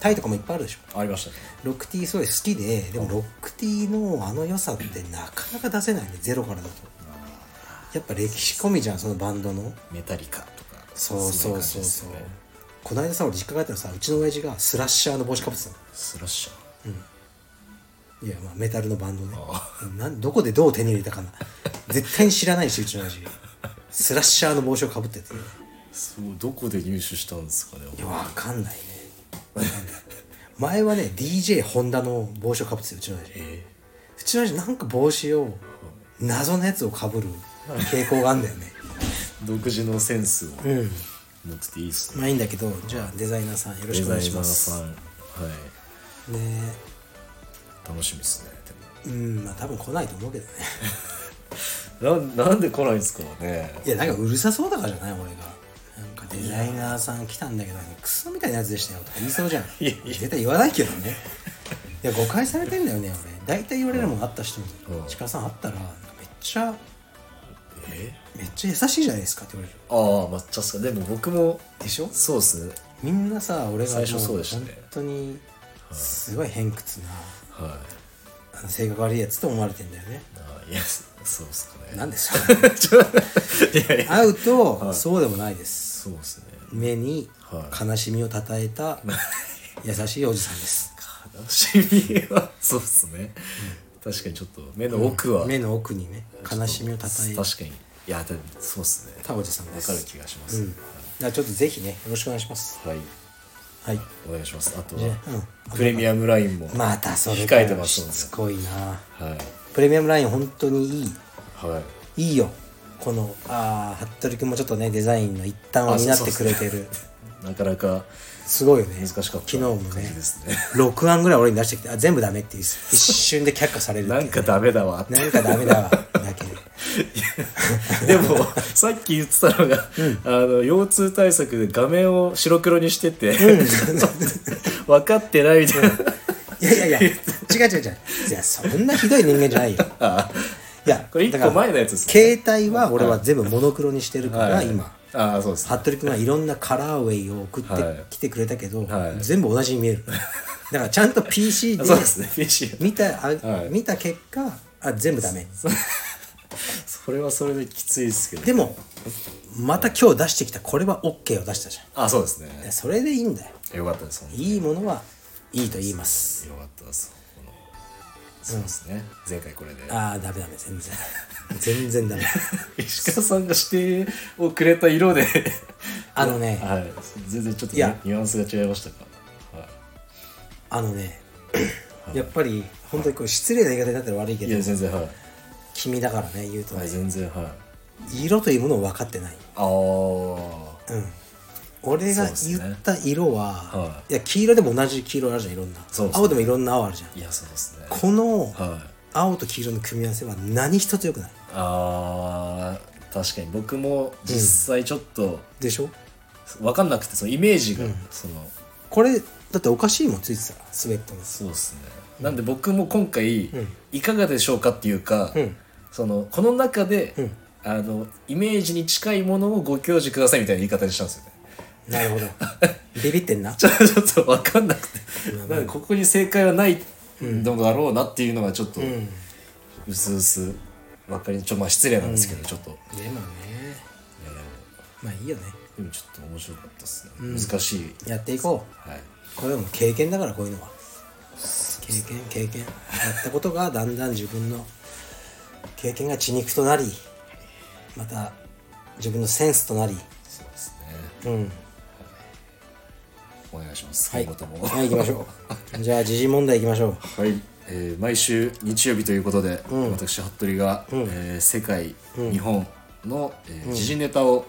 A: タイとかもいっぱいあるでしょ
B: あありましたね
A: ロックティーすごい好きででもロックティーのあの良さってなかなか出せないねゼロからだとやっぱ歴史込みじゃんそのバンドの
B: メタリカとか
A: そうそうそうそう
B: い感じですよね
A: こないださ俺実家帰ったらさうちの親父がスラッシャーの帽子かぶってたの
B: スラッシャー
A: いやまあメタルのバンドねなんどこでどう手に入れたかな絶対に知らないしうちの 親父スラッシャーの帽子をかぶっててい
B: そうどこで入手したんですかね
A: やわかんないねわかんない前はね DJ ホンダの帽子をかぶっててうちの親父
B: え
A: ちの人なんか帽子を謎のやつをかぶる傾向があんだよね
B: 独自のセンスを
A: うん
B: 持ってていいっすね
A: まあいいんだけどじゃあデザイナーさんよろし
B: デ
A: くお願
B: ザ
A: い
B: イ
A: し
B: ナー
A: ます
B: さんはい
A: ね
B: 楽しみっすね
A: うんまあ多分来ないと思うけどね
B: でもなんなんで来ないんすかね
A: いやなんかうるさそうだからじゃない俺がなんかデザイナーさん来たんだけどクソみたいなやつでしたよとか言いそうじゃん
B: いやいや
A: 絶対言わないけどねいや誤解されてんだよね俺大体言われるもんあった人に
B: う
A: 「
B: ん
A: チカさんあったらめっちゃ
B: え
A: めっちゃ優しいじゃないですか」って言われる
B: ああ抹茶っすかでも僕も
A: でしょ
B: そうっすね
A: みんなさ俺がも
B: 最初そうでしたね
A: 本当にすごい偏屈な
B: は
A: あの性格悪いやつと思われてんだよね
B: いああいやそうっすかね
A: なんですか
B: いやいや
A: 会うとそうでもないです
B: そうっすね
A: 目に
B: はい
A: 悲しみをたたえ た優しいおじさんです
B: 悲しみはそうっすね、確かにちょっと目の奥は、
A: 目の奥にね悲しみをたたえ
B: 確かにいやでもそうっすね
A: たおじさんで
B: わ
A: す
B: かる気がします、
A: うんだからちょっとぜひねよろしくお願いします
B: はい
A: はい
B: お願いしますあと
A: じゃ
B: は
A: あうん
B: プレミアムラインも
A: またそれか
B: 控えて
A: よ
B: ます
A: し
B: ので
A: つこいな
B: はい
A: プレミアムライン本当にいい
B: はい
A: いいよこのああ服部君もちょっとねデザインの一端を担ってくれてる
B: なかなか
A: すごいよね
B: 難しかった
A: 昨日も
B: 感
A: ね
B: じですね
A: 6案ぐらい俺に出してきてあ全部ダメっていう一瞬で却下されるって
B: ない
A: うん
B: かダメだわって
A: なんかダメだわだけど
B: でもさっき言ってたのが、あの腰痛対策で画面を白黒にしてて、 分かってないみたいな、
A: いやいやいや違う違う違ういやそんなひどい人間じゃないよ
B: あ
A: いや
B: これ一個前のやつですね
A: 携帯は俺は全部モノクロにしてるから今
B: ああそうですね
A: 服部君はいろんなカラーウェイを送って
B: はい
A: きてくれたけど、
B: はい
A: 全部同じに見えるだからちゃんと PC で
B: そうですね PC
A: 見たあ、
B: はい
A: 見た結果あ全部ダメ
B: それはそれできついですけど
A: でもまた今日出してきたこれは OK を出したじゃん
B: あそうです
A: いや
B: ね
A: それでいいんだよ
B: よかったです本当に
A: いいものはいいと言います
B: よかったですこのそうですね、前回これで
A: ああダメダメ全然全然ダメ
B: 石川さんが指定をくれた色で
A: あのね
B: はい全然ちょっと
A: いや
B: ねニュアンスが違いましたかは
A: あのねやっぱり本当にこれ失礼な言い方になったら悪いけ
B: いいや
A: ど
B: 全然はい
A: 君だからね言うと
B: はい
A: ね
B: 全然はい
A: 色というものを分かってない
B: ああ
A: うん俺が
B: そうっすね
A: 言った色は
B: はい
A: や黄色でも同じ黄色あるじゃんいろんな
B: そうっすね
A: 青でもいろんな青あるじゃん
B: いやそうですね
A: この
B: はい
A: 青と黄色の組み合わせは何一つ良くない
B: あー確かに僕も実際ちょっと
A: でしょ
B: 分かんなくてそのイメージが、その
A: これだっておかしいもんついてたらスウェットに
B: そうですねなんで僕も今回、いかがでしょうかっていうか、
A: うん
B: そのこの中で、
A: うん
B: あのイメージに近いものをご教示くださいみたいな言い方にしたんですよね
A: なるほどビビってんな
B: ちょちょっと分かんなくてなんかここに正解はないのだろうなっていうのがちょっと
A: うん
B: うすう分かりちょっとまあ失礼なんですけど、ちょっといや
A: でもね
B: でも
A: まあいいよね
B: でもちょっと面白かったですね、難しい
A: やっていこう
B: はい
A: これはもう経験だからこういうのは経験経験やったことがだんだん自分の経験が血肉となりまた自分のセンスとなり
B: そうです
A: う
B: ね
A: ん
B: お願いします
A: はい
B: 今後とも
A: はい行きましょう じゃあ時事問題行きましょう
B: はい、えー毎週日曜日ということで、私服部が、えー世界、日本の、えー時事ネタを、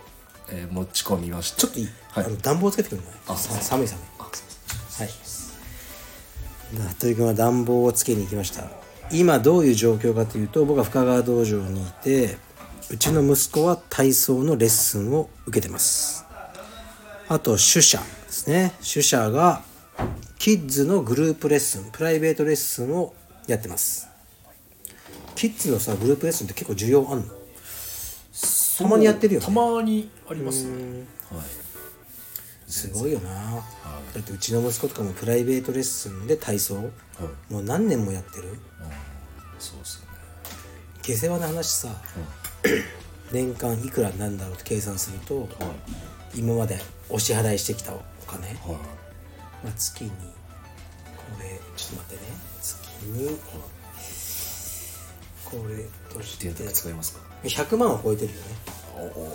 B: えー持ち込みました
A: ちょっといい、
B: はい
A: あの暖房つけてくるのね
B: あ
A: さ寒い寒い
B: あ
A: はいな服部君は暖房をつけに行きました今どういう状況かというと僕は深川道場にいてうちの息子は体操のレッスンを受けてますあと主者ですね主者がキッズのグループレッスンプライベートレッスンをやってますキッズのさグループレッスンって結構需要あんのたまにやってるよね
B: たまにありますねはい
A: すごいよな、だってうちの息子とかもプライベートレッスンで体操、もう何年もやってる
B: そうですよね
A: 下世話な話さ、年間いくらなんだろうって計算すると、今までお支払いしてきたお金、
B: はい
A: まあ、月にこれちょっと待ってね月にこれとし
B: デ
A: て
B: ータが使いますか
A: 100万を超えてるよね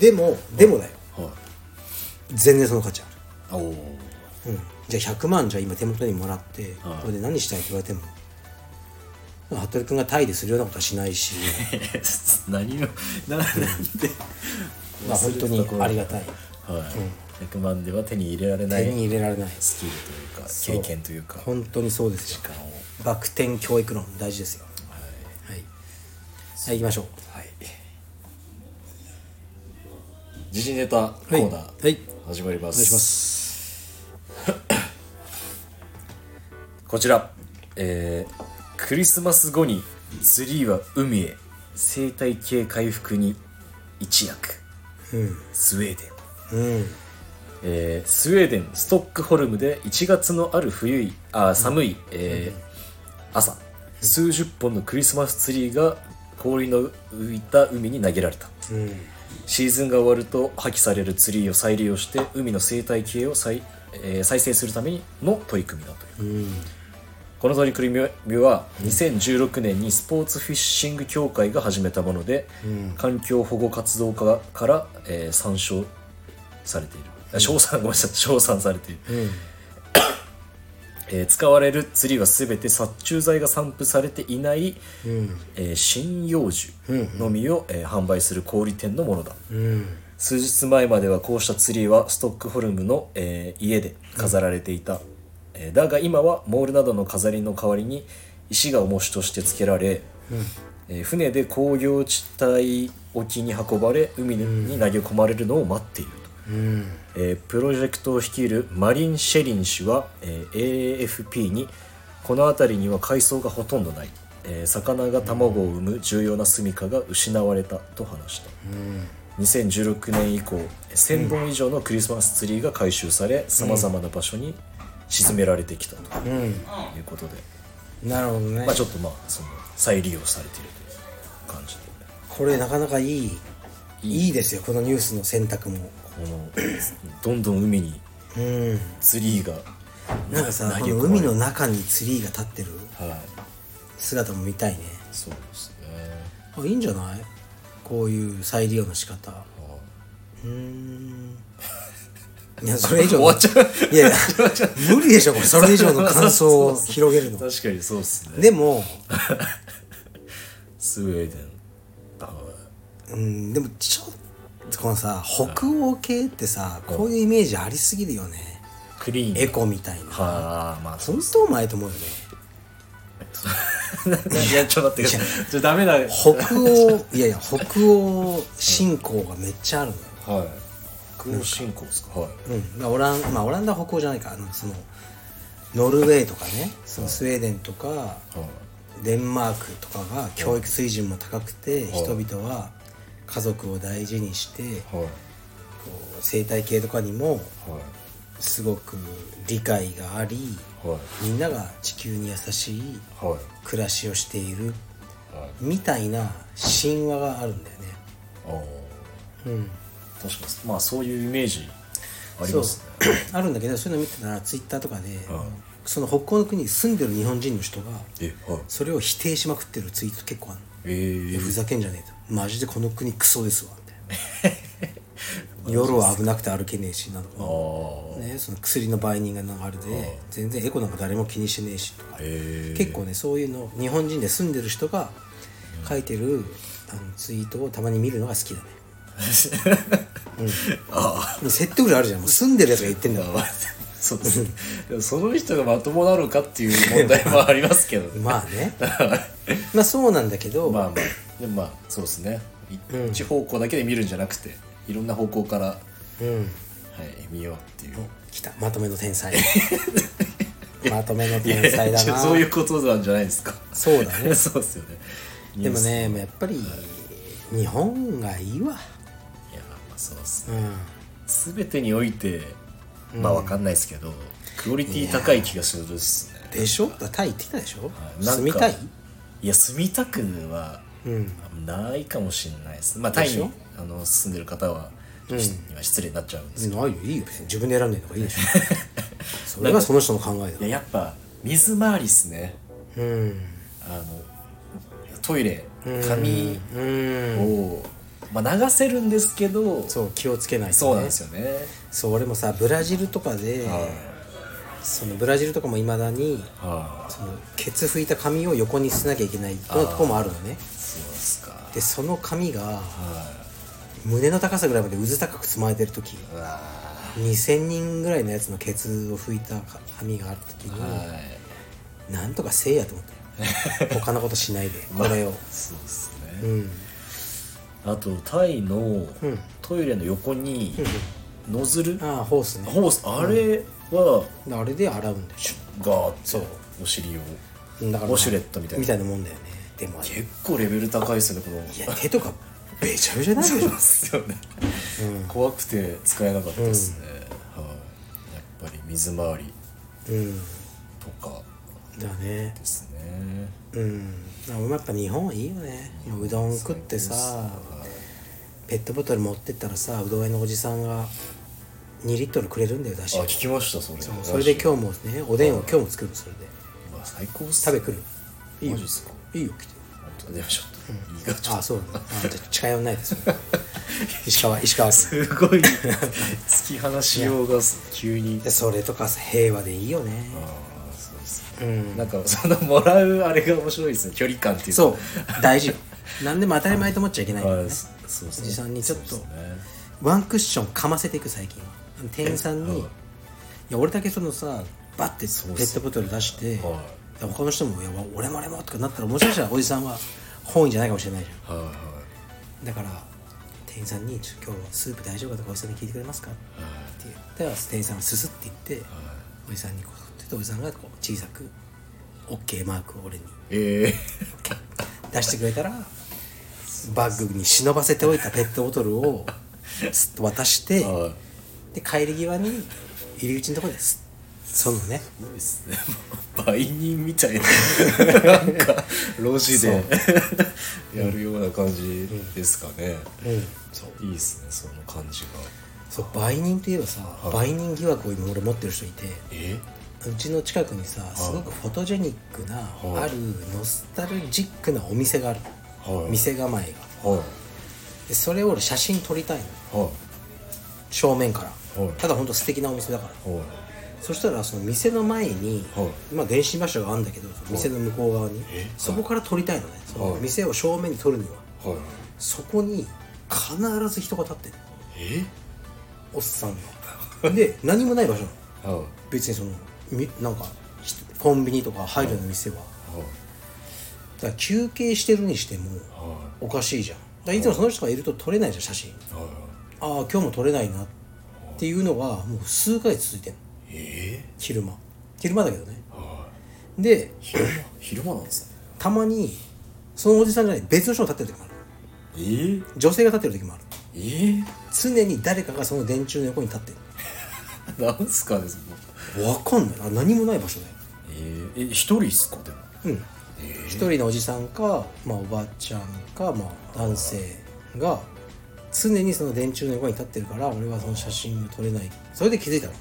A: でもでもだよ
B: はい
A: 全然その価値ある
B: おお
A: うん、じゃあ100万じゃあ今手元にもらって、
B: はい
A: これで何したいって言われても服部君がタイでするようなことはしない し
B: 何をななんで
A: まあ本当にありがたい
B: はい、100万では手に入れられな
A: 手に
B: い
A: 入れられない
B: スキルというか
A: そう
B: 経験というか
A: 本当にそうですよ
B: 時間を
A: バク転教育論大事ですよ
B: はい
A: はい、はい、行きましょう
B: はい時事ネタコーナー、
A: はい
B: 始まりま
A: お
B: す
A: 願いします
B: こちら、えークリスマス後にツリーは海へ生態系回復に一役、スウェーデン、えースウェーデンストックホルムで1月のある冬いあー寒い、えー朝数十本のクリスマスツリーが氷の浮いた海に投げられた、シーズンが終わると破棄されるツリーを再利用して海の生態系を再,、えー再生するための取り組みだというこの取り組みは2016年にスポーツフィッシング協会が始めたもので、環境保護活動家から、えー参照されているあ称賛ごめんなさい称賛されている、えー使われる釣りは全て殺虫剤が散布されていない、えー針葉樹のみを、えー販売する小売店のものだ、数日前まではこうしたツリーはストックホルムの、えー家で飾られていた、えーだが今はモールなどの飾りの代わりに石が重しとして付けられ、えー船で工業地帯沖に運ばれ海に投げ込まれるのを待っていると、えープロジェクトを率いるマリン・シェリン氏は、えー AFP にこの辺りには海藻がほとんどない、えー魚が卵を産む重要な住処が失われたと話した、2016年以降1000本以上のクリスマスツリーが回収されさまざまな場所に沈められてきたということで、
A: なるほどね、
B: まあ、ちょっとまあその再利用されているという感じで
A: これなかなかいいいいですよこのニュースの選択も
B: このどんどん海に
A: うん
B: ツリーが
A: なんかさ
B: 投
A: こ
B: げ込
A: の
B: まれ
A: 海の中にツリーが立ってる
B: はい
A: 姿も見たいね
B: そうですね
A: あいいんじゃないこういう再利用の仕方
B: は
A: うー んいやそれ以上
B: 終わっちゃう
A: いやいや無理でしょこれそれ以上の感想を広げる
B: い
A: の
B: 確かに そうですね
A: でも、
B: スウェーデンあ
A: うん、でもちょっとこのさ北欧系ってさこういうイメージありすぎるよね
B: クリーン
A: エコみたいな
B: はあまあそう
A: 本当お前と思うよね
B: いやちょっと待ってくださいちょっとダメだはい
A: 北 欧いやいや北欧信仰がめっちゃあるのよ、
B: 空進行ですかはい
A: うん、まあオランまあオランダは北欧じゃないかなんかそのノルウェーとかねそのスウェーデンとか
B: はい
A: デンマークとかが教育水準も高くて人々は家族を大事にして
B: はい
A: こう生態系とかにも
B: はい
A: すごく理解があり
B: はい
A: みんなが地球に優しい
B: はい
A: 暮らしをしている
B: はい
A: みたいな神話があるんだよね。
B: ああ
A: うん
B: 確かにまあそういうイメージありますね
A: そう あるんだけどそういうの見てたらツイッターとかで、
B: うん
A: その北欧の国に住んでる日本人の人が
B: えはい
A: それを否定しまくってるツイート結構あるの
B: え
A: いやふ
B: ー、
A: ざけんじゃねえとマジでこの国クソ ですわみたいな夜は危なくて歩けねえしな
B: あ
A: の
B: あ
A: ね、その薬の売人がなんかあれで全然エコなんか誰も気にしてねえしとか
B: えー、
A: 結構ねそういうの日本人で住んでる人が書いてるあのツイートをたまに見るのが好きだね
B: あ
A: もう説得力あるじゃんもう住んでるやつが言ってんだか
B: あそうですねでもその人がまともなのかっていう問題もありますけど
A: ら
B: ね
A: まあねまあそうなんだけど、
B: まあまあでもまあそうですねい一方向だけで見るんじゃなくていろんな方向から、は
A: うん
B: い、見ようっていう
A: 来たまとめの天 才まとめの天才だ
B: いや
A: な
B: そういうことなんじゃないですか
A: そうだね
B: そうですよね
A: でもねやっぱり日本がいいわ
B: いやまあそうですね
A: う
B: 全てにおいてまあわかんないですけど、クオリティ高い気がするっすね
A: んでしょだからタイ行ってきたでしょ
B: はいなんか
A: 住みたい
B: いや住みたくは
A: うん
B: ないかもしれないですまあタイ
A: でしょ
B: にあの住んでる方は、し今失礼になっちゃうんですけ
A: ないよいいよ別に自分で選んでるのがいい でしょそれがその人の考え
B: ど、
A: だ
B: いややっぱ水回りっすね
A: うん
B: あのトイレ髪
A: うん
B: を、まあ、流せるんですけど
A: そう気をつけないと、ね、
B: そうなんですよね
A: そう俺もさブラジルとかで、
B: はい
A: そのブラジルとかもいまだに
B: はあ
A: そのケツ拭いた紙を横に捨てなきゃいけないようなとこもあるのね
B: そうですか
A: でその紙が
B: は
A: 胸の高さぐらいまでうず高く積まれてる時
B: いうわあ
A: 2000人ぐらいのやつのケツを拭いた紙がある時に、
B: はい
A: なんとかせいやと 思ったよ他のことしないでこれを、
B: そうですね、
A: うん
B: あとタイの
A: うん
B: トイレの横にノズル、
A: ああホースね
B: ホースあれは
A: あれで洗うんだよ
B: シュッガー
A: そう
B: ってお尻を
A: うんだから
B: ウォシュレットみたいな
A: みたいなもんだよねでもあれ
B: 結構レベル高いですよねこの
A: いや手とかべちゃべちゃになる でしょ
B: ですよね、怖くて使えなかったですね、はい、やっぱり水回り
A: うん
B: とか
A: だね
B: ですね
A: うんあ俺もやっぱ日本はいいよねうどん食ってさペットボトル持ってったらさうどん屋のおじさんが2リットルくれるんだよだし
B: あ聞きましたそれそう
A: それで今日もねおでんを今日も作るのそれで
B: 最高っす
A: 食べ来るいいよ
B: マジっすか
A: いいよ来て
B: 本当でもちょっと胃がちょっ
A: あそうなのあじゃあ近寄んないです 石川石川
B: と
A: 君
B: すごい突き放しようが急に
A: でそれとかさ平和でいいよね
B: ああそうです
A: う
B: ね
A: ん
B: なんかそのもらうあれが面白いですね距離感っていうか
A: そう大事よ何でも当たり前と思っちゃいけないから
B: はい
A: ね
B: そそうですね
A: おじさんにちょっと
B: そうですね
A: ワンクッションかませていく最近は店員さんに、い
B: えはい
A: や俺だけそのさバッて
B: うっ
A: ペッ
B: す
A: トボトル出して、
B: は
A: 他の人も「いや俺も俺も」とかなったらもしかしたらおじさんは本意じゃないかもしれないじゃ
B: はいはい
A: んだから店員さんに「ちょっと今日はスープ大丈夫か?」とかおじさんに聞いてくれますかって言ったら店員さんがススって言って
B: はい
A: おじさんにこうって言っておじさんがこう小さく OK マークを俺に
B: ええ
A: 出してくれたらバッグに忍ばせておいたペットボトル をすっと渡して
B: は
A: で帰り際に入り口のところですそのね
B: いいですね もう売人みたいななんか路地で やるような感じですかね、
A: うんそう
B: いいですねその感じが
A: そう売人といえばさ、売人疑惑を今俺持ってる人いて
B: え
A: うちの近くにさすごくフォトジェニックな、
B: い
A: あるノスタルジックなお店がある、
B: はい
A: 店構えが
B: はい
A: でそれを俺写真撮りたいの
B: は
A: 正面から、
B: はい
A: ただほんと素敵なお店だから
B: いはい
A: そしたらその店の前に、
B: は
A: まあ電信柱があるんだけどその店の向こう側に、
B: え
A: そこから撮りたいのねその
B: はい
A: 店を正面に撮るには
B: はい
A: そこに必ず人が立ってる
B: え
A: おっさんがで何もない場所なの
B: はいは
A: 別にそのみなんかひコンビニとか入るような店は、だから休憩してるにしても
B: いは
A: おかしいじゃんだからいつもその人がいると撮れないじゃん写真
B: いはい
A: ああ今日も撮れないなっていうのがもう数回続いてる
B: え
A: 昼間昼間だけどね
B: ー、は
A: で
B: い昼間昼間なんですね
A: たまにそのおじさんじゃない別の人が立ってる時もある
B: えー、
A: 女性が立ってる時もある
B: え ー、
A: 常に誰かがその電柱の横に立って
B: なんすかです
A: るわかんないな何もない場所だよ
B: えー、え一人っすかでも
A: うん一人のおじさんか、まあ、おばちゃんか、まあ、男性が常にその電柱の横に立ってるから俺はその写真を撮れないそれで気づいたのか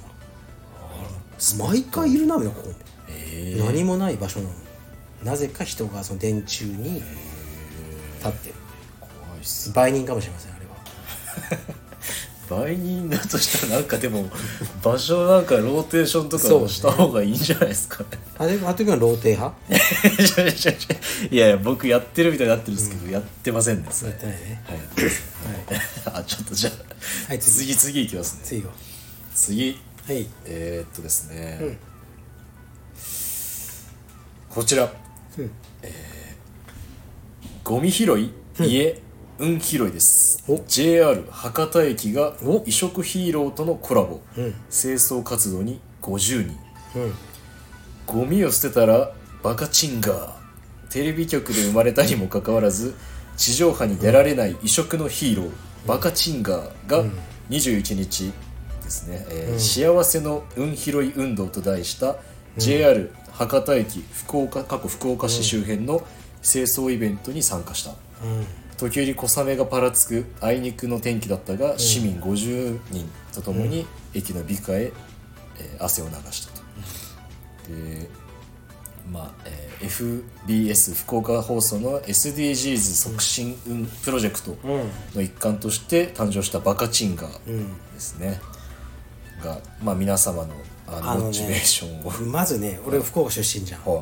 A: な毎回いるなみんなここ、
B: え
A: 何もない場所なのになぜか人がその電柱に立ってる
B: 怖いっす
A: 売人かもしれませんあれは
B: 売人だとしたらなんかでも場所なんかローテーションと
A: そうね
B: かした方がいいんじゃないですかね
A: あれあの時は老帝派や
B: いやいや僕やってるみたいになってるんですけど、やってませんねそれ
A: ってないね
B: はい、
A: はい
B: あちょっとじゃあ、
A: はい次
B: 次次いきますね
A: 次は
B: 次
A: はい
B: えー、っとですね、こちら、
A: うん
B: ゴミ拾い家、運拾いです
A: お
B: JR 博多駅が
A: お
B: 移植ヒーローとのコラボ、
A: うん
B: 清掃活動に50人
A: うん
B: ゴミを捨てたらバカチンガーテレビ局で生まれたにもかかわらず地上波に出られない異色のヒーローバカチンガーが21日ですね、えー幸せの運拾い運動と題した JR 博多駅福岡過去福岡市周辺の清掃イベントに参加した、
A: うん
B: 時折小雨がぱらつくあいにくの天気だったが、市民50人とともに駅の美化へ、えー汗を流したと、でまあ、えー FBS 福岡放送の SDGs 促進運プロジェクトの一環として誕生したバカチンガーですね、が、まあ、皆様のあの
A: あのね
B: モチベーションを、
A: まずね俺福岡出身じゃん
B: はい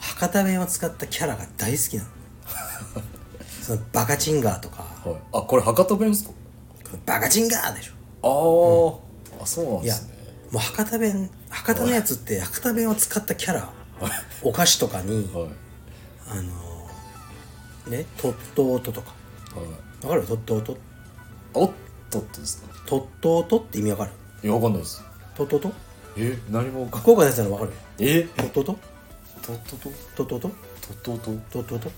A: 博多弁を使ったキャラが大好き なのそのバカチンガーとか
B: はい、あこれ博多弁ですか
A: バカチンガーでしょ
B: ああ、あそうなん
A: い
B: で
A: や
B: すね
A: もう博多弁博多のやつって博多弁を使ったキャラお菓子とかに
B: はい
A: あのーねトットートとか
B: はい
A: わかるトットート
B: おっとっとですか
A: トットートって意味わかる
B: いやわかんないです
A: トットート
B: え何もわかん
A: 福岡のやつなのわかる
B: え
A: トットート
B: とっとと
A: トットート
B: とっとと
A: トットート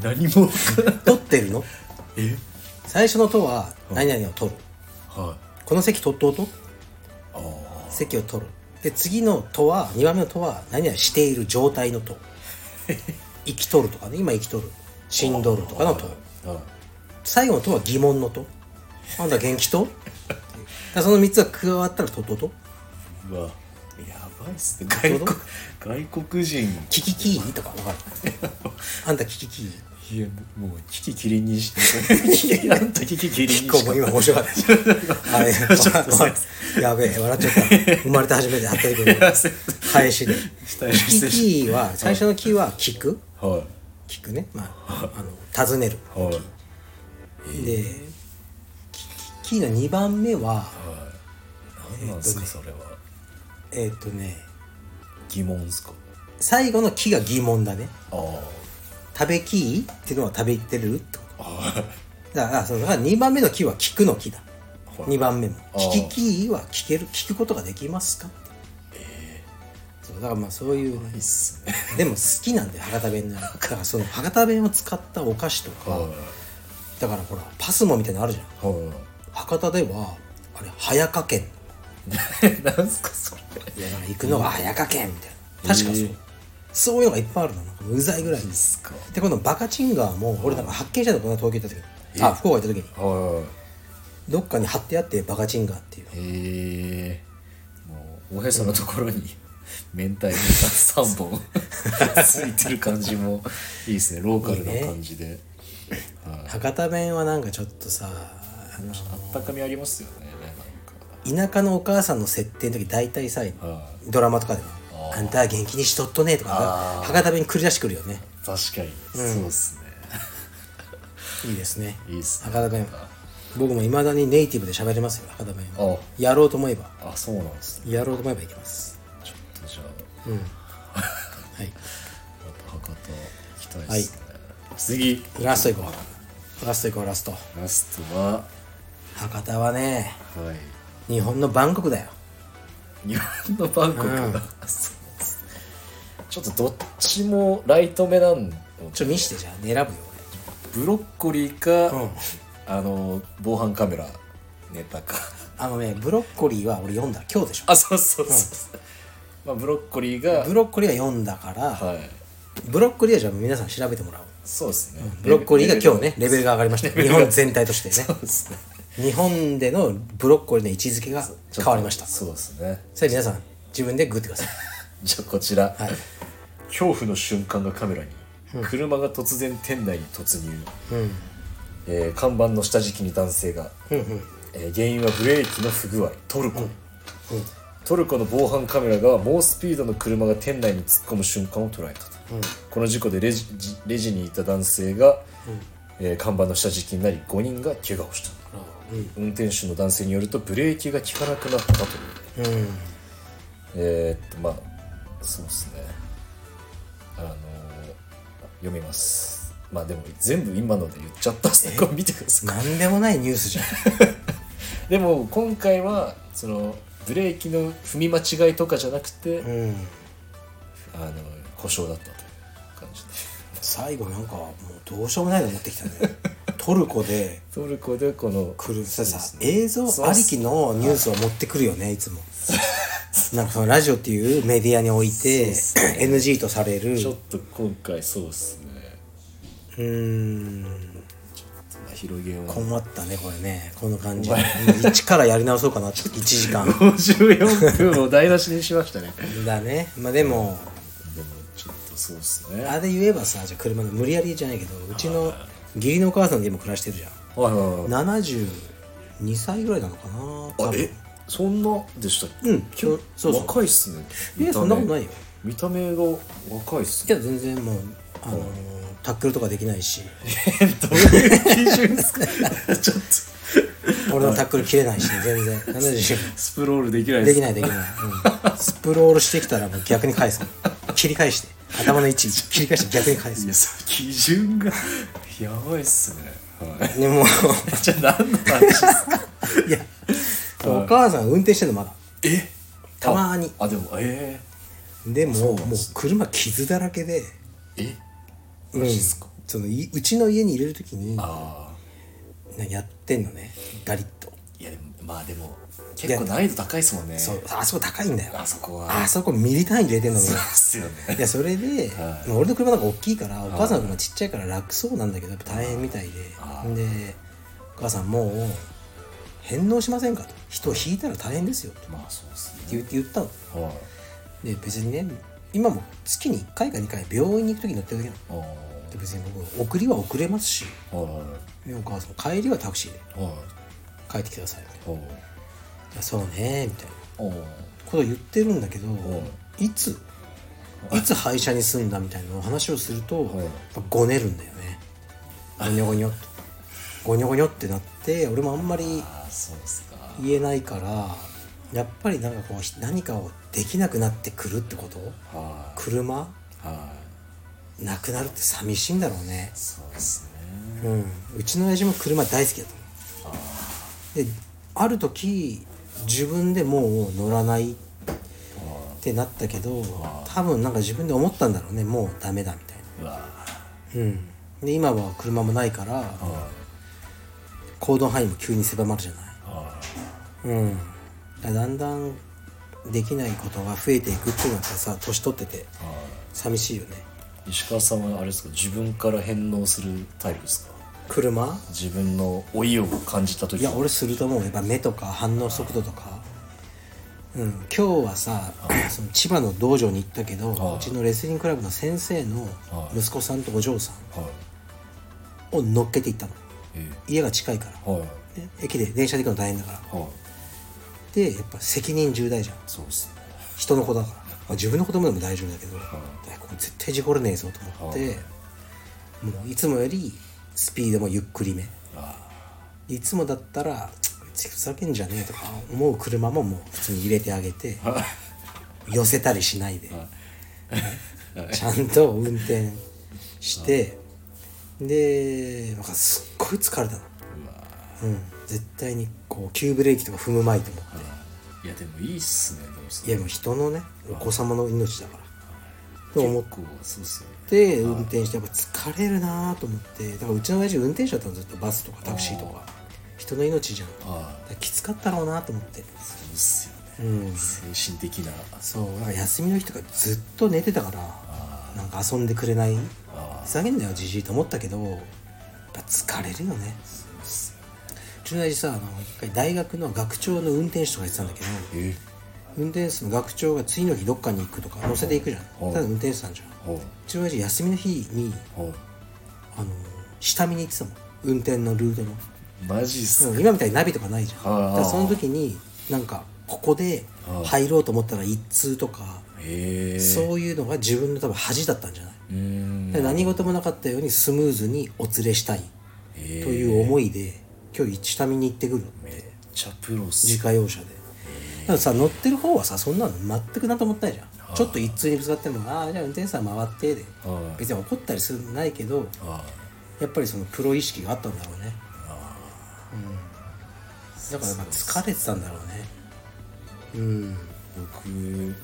B: 何もわかんない
A: 取ってるの
B: え
A: 最初の「と」は何々を取る
B: はい
A: この席取っとうと
B: ああ
A: 席を取るで次の「と」は2番目の「と」は何々している状態 の「と」生きとるとかね今生きとる死んどるとかの「と」
B: はい
A: 最後の「と」は疑問の「と」なんだ元気 とだからその3つが加わったら「とっとうと」
B: うわやばいっすね外国外国人
A: 「キキキー」とか 分かるあんたキキキー
B: いやもうキキキリンにしてなんとキキキリンに
A: 結構もう
B: して
A: 今面白かったです あれ
B: ちょっとすいま
A: やべえ笑っちゃった生まれて初めて会った時の返 しで
B: 失礼
A: キ
B: し
A: キ
B: ました
A: キーは最初の「キー」は「聞く」
B: はい
A: 聞くね、まあ、あの尋ねる
B: はい
A: でキキーの2番目は
B: 何なんですかそれは
A: えっ、とね
B: 疑問ですか
A: 最後の「キ」が疑問だね
B: ああ
A: 「食べキー」っていうのは食べてるってことだからそのだから2番目の「キ」は聞くの「キ」だ
B: はい
A: 2番目も「
B: あー
A: 聞きキー」は聞ける聞くことができますかそうだからまあそういうね
B: いいっすね
A: でも好きなんだよ博多弁なだからその博多弁を使ったお菓子とか
B: はい
A: だからほらパスモみたいなのあるじゃん
B: は
A: 博多ではあれ早かけん
B: い なんすかそれ
A: いやだから行くのが早かけんみたいな確かそう、
B: えー
A: そういうのがいっぱいあるのなんかうざいぐらいで
B: いいっすか
A: でこのバカチンガーも俺なんか発見したのこの東京行った時にあ福岡行った時に
B: は
A: どっかに貼ってあってバカチンガーっていう
B: いへえもうおへそのところに 明太子が3本ついてる感じもいいですねローカルな感じではい
A: 博多弁はなんかちょっとさあの
B: あったかみありますよね
A: 田舎のお母さんの設定の時大体さ
B: なんかは
A: ドラマとかでも
B: あ
A: 「あんたは元気にしとっとね」とか
B: あー
A: 博多弁繰り出してくるよね
B: い確かにそうですね
A: いいですね
B: いいっすね
A: 博多弁僕もいまだにネイティブで喋れますよ博多弁
B: あ
A: やろうと思えば
B: あそうなんですね
A: やろうと思えばいけます
B: ちょっとじゃあ
A: うんはい
B: また博多行きたいですね次
A: ラストいこうラストいこうラスト
B: ラストは
A: 博多はね
B: はい
A: 日本のバンコクだよ
B: 日本のバンコク
A: うん
B: がそうですちょっとどっちもライト目なん
A: ちょ見してじゃあ選ぶよ
B: ブロッコリーか、
A: うん
B: あの防犯カメラネ タか
A: 俺あのねブロッコリーは俺読んだ今日でしょ
B: あそうそうそう、まあ、ブロッコリーが
A: ブロッコリーは読んだから
B: はい
A: ブロッコリーはじゃあ皆さん調べてもらおう
B: そうですね、
A: ブロッコリーが今日ね
B: レ
A: レベルが上がりました日本全体として
B: ベル
A: ね
B: そうですね
A: 日本でのブロッコリーの位置づけが変わりましたそ
B: そうですね
A: れ皆さん自分でグッてください
B: じゃあこちら、
A: はい
B: 恐怖の瞬間がカメラに、車が突然店内に突入、
A: うん
B: えー看板の下敷きに男性が、
A: うんうん
B: えー原因はブレーキの不具合トルコ、トルコの防犯カメラが猛スピードの車が店内に突っ込む瞬間を捉えたと、この事故でレジじレジにいた男性が、えー看板の下敷きになり5人が怪我をした、運転手の男性によるとブレーキが効かなくなったという
A: うん
B: えー、っとまあそうですねあのー読みますまあでも全部今ので言っちゃったっすねこれ見てください
A: なんでもないニュースじゃん
B: でも今回はそのブレーキの踏み間違いとかじゃなくて、
A: うん
B: あの故障だったという感じで
A: 最後なんかもうどうしようもないの持ってきたねトルコで
B: トルコでこの
A: 来るささ
B: そうですね
A: 映像ありきのニュースを持ってくるよねいつ もなんかそのラジオっていうメディアにおいて NG とされる
B: ちょっ
A: う
B: と今回そうですね
A: ーん
B: まあ広げよう
A: 困ったねこれねこの感じもう一からやり直そう かなって1時間
B: 54分を台無しにしましたねでも
A: だねまあでも
B: ちょっとそうですねはい
A: あれ言えばさじゃあ車の無理やりじゃないけどうちの義理のお母さんで今暮らしてるじゃん
B: はいはい
A: 72歳ぐらいなのかな多
B: あ
A: 分
B: えそんなでしたっけ
A: うんきょそうそう
B: 若いっすね
A: いや
B: 見た
A: そ
B: 目
A: んなことないよ
B: 見た目が若いっす
A: い
B: ね
A: や全然もうあのータックルとかできないし
B: どういう基準ですかちょっと
A: 俺のタックル切れないし全然何でしょ
B: スプロールできない
A: で
B: で
A: き
B: す
A: ないできない、うん、スプロールしてきたらもう逆に返すから切り返して頭の位置切り返して逆に返す
B: いやそれ基準がやばいっすねはい
A: でもう
B: じゃあ何の話ですか
A: いやお母さん運転してんのまだ
B: え
A: たまに
B: あでもえ
A: でももう車傷だらけで
B: ー、え
A: うんそのいうちの家に入れるときに
B: あ
A: なやってんのねガリッと
B: ーいやでもまあでも結構難易度高いっすもんね
A: そうあそこ高いんだよ
B: あそこは
A: あそこミリ単位で入れてんのも
B: そ
A: ん
B: うっすよね
A: いやそれで、
B: はい
A: まあ俺の車なんか大きいからお母さんの車ちっちゃいから楽そうなんだけどやっぱ大変みたいででお母さんもう返納しませんかと人を引いたら大変ですよと
B: まあそうっすね
A: 言言ったの
B: はい
A: で別にね今も月に1回か2回病院に行く時に乗ってるだけなの
B: あ
A: で別に僕送りは遅れますし
B: ーは
A: でお母さん帰りはタクシーで
B: いはい
A: 帰ってきてくださいみたいな
B: はい
A: いやそうねみたいな
B: あー
A: ことを言ってるんだけどいついつ廃車に住んだみたいなお話をすると、
B: はい
A: やっぱごねるんだよねごにょごにょっと ごにょごにょってなって俺もあんまり
B: あーそうっすか
A: 言えないからやっぱりなんかこうひ何かをできなくなってくるってこと
B: はい
A: 車
B: はい
A: なくなるって寂しいんだろうね
B: そうっすね
A: うんうちの親父も車大好きだと思うである時自分でもう乗らないってなったけど多分なんか自分で思ったんだろうねもうダメだみたいな
B: うわ
A: うん、で今は車もないから
B: ーはい
A: 行動範囲も急に狭まるじゃない、
B: は
A: うん、だからだんだんできないことが増えていくっていうのはさ年取ってて
B: いはい
A: 寂しいよね
B: 石川さんはあれですか自分から返納するタイプですか
A: 車
B: 自分の老いを感じた時
A: いや俺すると思うやっぱ目とか反応速度とか、うん、今日はさその千葉の道場に行ったけど
B: はいう
A: ちのレスリングクラブの先生の
B: はい
A: 息子さんとお嬢さん
B: はい
A: を乗っけて行ったの
B: え
A: 家が近いから、
B: えはい
A: ね、駅で電車で行くの大変だから
B: はい
A: でやっぱ責任重大じゃん
B: そうっすね
A: 人の子だから、まあ自分の子供でも大丈夫だけど、いやこれ絶対事故れねえぞと思って、もういつもよりスピードもゆっくりめいつもだったら「つふざけんじゃねえ」とか思う車ももう普通に入れてあげて寄せたりしないで、ねちゃんと運転してでなんかすっごい疲れたの、うん、絶対にこう急ブレーキとか踏むまいと思って。
B: いやでもいいっすねでもそ
A: い
B: れ
A: やもう人のねお子様の命だからと思っ
B: 結構そうっすよね
A: て運転してやっぱ疲れるなと思ってだからうちの親父運転手だったのずっとバスとかタクシーとか人の命じゃんだか
B: は
A: らきつかったろうなと思って
B: いそうっすよね、
A: うん
B: 精神的な
A: そうなんか休みの日とかずっと寝てたからなんか遊んでくれないふざけんなよじじいと思ったけどやっぱ疲れるよね
B: そうっすよね
A: うちの親父さあの一回大学の学長の運転手とかやってたんだけど
B: え
A: 運転手の学長が次の日どっかに行くとか乗せていくじゃん
B: うん
A: ただ運転手さんじゃん
B: はいう
A: ちの親父休みの日に
B: は
A: あの下見に行ってたもん運転のルートの
B: いマジっすか、
A: うん今みたいにナビとかないじゃん
B: はい
A: だからその時になんかここで入ろうと思ったら一通とか
B: ええ
A: そういうのが自分の多分恥だったんじゃないう
B: ーん
A: で何事もなかったようにスムーズにお連れしたい
B: え
A: と
B: え
A: いう思いで今日下見に行ってくる
B: めっちゃプロっす
A: 自家用車でだからさ乗ってる方はさそんなの全くなんともったいじゃんちょっと一通にぶつかってもああじゃあ運転手さん回ってで
B: はい
A: 別に怒ったりするのないけど
B: はい
A: やっぱりそのプロ意識があったんだろうね、うん、だからまあ疲れてたんだろうねうん
B: 僕、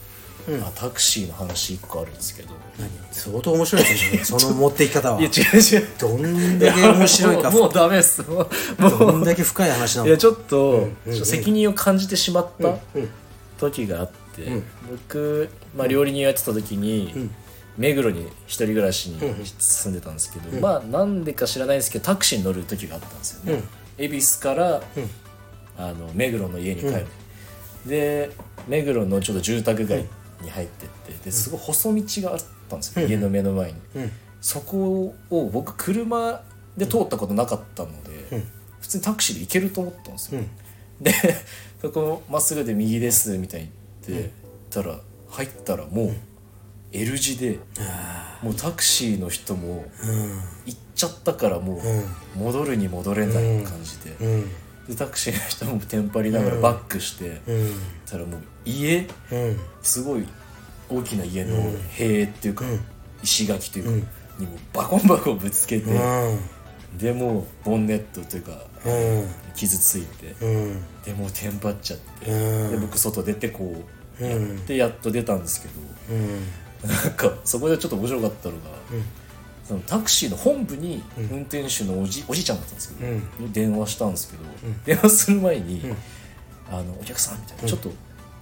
B: あタクシーの話1個あるんですけど
A: 何相当面白いですねその持っていき方はい
B: や違う違う
A: どんだけ面白いか
B: もうもうダメっすもうも
A: どんだけ深い話な
B: うい
A: の
B: やちょっと、ちょっと責任を感じてしまった時があって、僕、まあ、料理人やってた時に、目黒に一人暮らしに住んでたんですけど、まあなんでか知らないんですけどタクシーに乗る時があったんですよね、恵比寿から、あの目黒の家に帰る、で目黒のちょっと住宅街に入ってってですごい細道があったんですよ、家の目の前に、そこを僕車で通ったことなかったので、普通にタクシーで行けると思ったんですよ、でそこまっすぐで右ですみたいに言ってたら入ったらもう L 字でもうタクシーの人も行っちゃったからもう戻るに戻れない感じで
A: うんうん
B: でタクシーの人もテンパりながらバックして
A: うん
B: たらもう家
A: うん
B: すごい大きな家の塀っていうか石垣というかにもバコンバコンぶつけてでもうボンネットというか
A: うん
B: 傷ついて
A: うん
B: でもうテンパっちゃって
A: うん
B: で僕外出てこうや
A: うん
B: ってやっと出たんですけ
A: うん
B: ど なんかそこでちょっと面白かったのがそのタクシーの本部に運転手のおじおじいちゃんだったんですけど
A: うん
B: に電話したんですけど電話する前に「あのお客さん」みたいな「ちょっと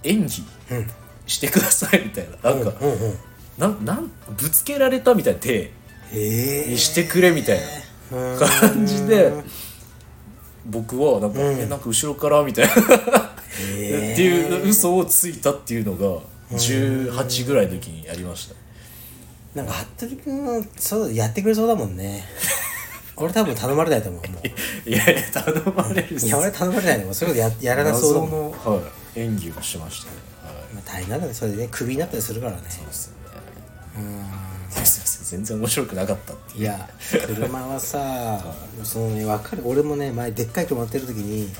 B: 演技
A: うん
B: してください」みたいななんか
A: うんうん
B: なんなんぶつけられたみたいな手
A: ええ
B: にしてくれみたいな感じで僕はなんか,、えなんか後ろからみたいなっていう嘘をついたっていうのが18ぐらいの時にやりました
A: なんか服部君はそうやってくれそうだもん ね俺多分頼まれないと思うもう
B: いやいや頼まれるっす
A: いや俺頼まれないのもうそういうことややらなそうだも
B: 謎
A: ん
B: の、はい、演技をしましたね、はい、
A: まあ、大変なんだねそれでねクビになったりするからね
B: そうですねすいません全然面白くなかったっていう
A: いや車はさそのね分かる俺もね前でっかい車乗ってる時に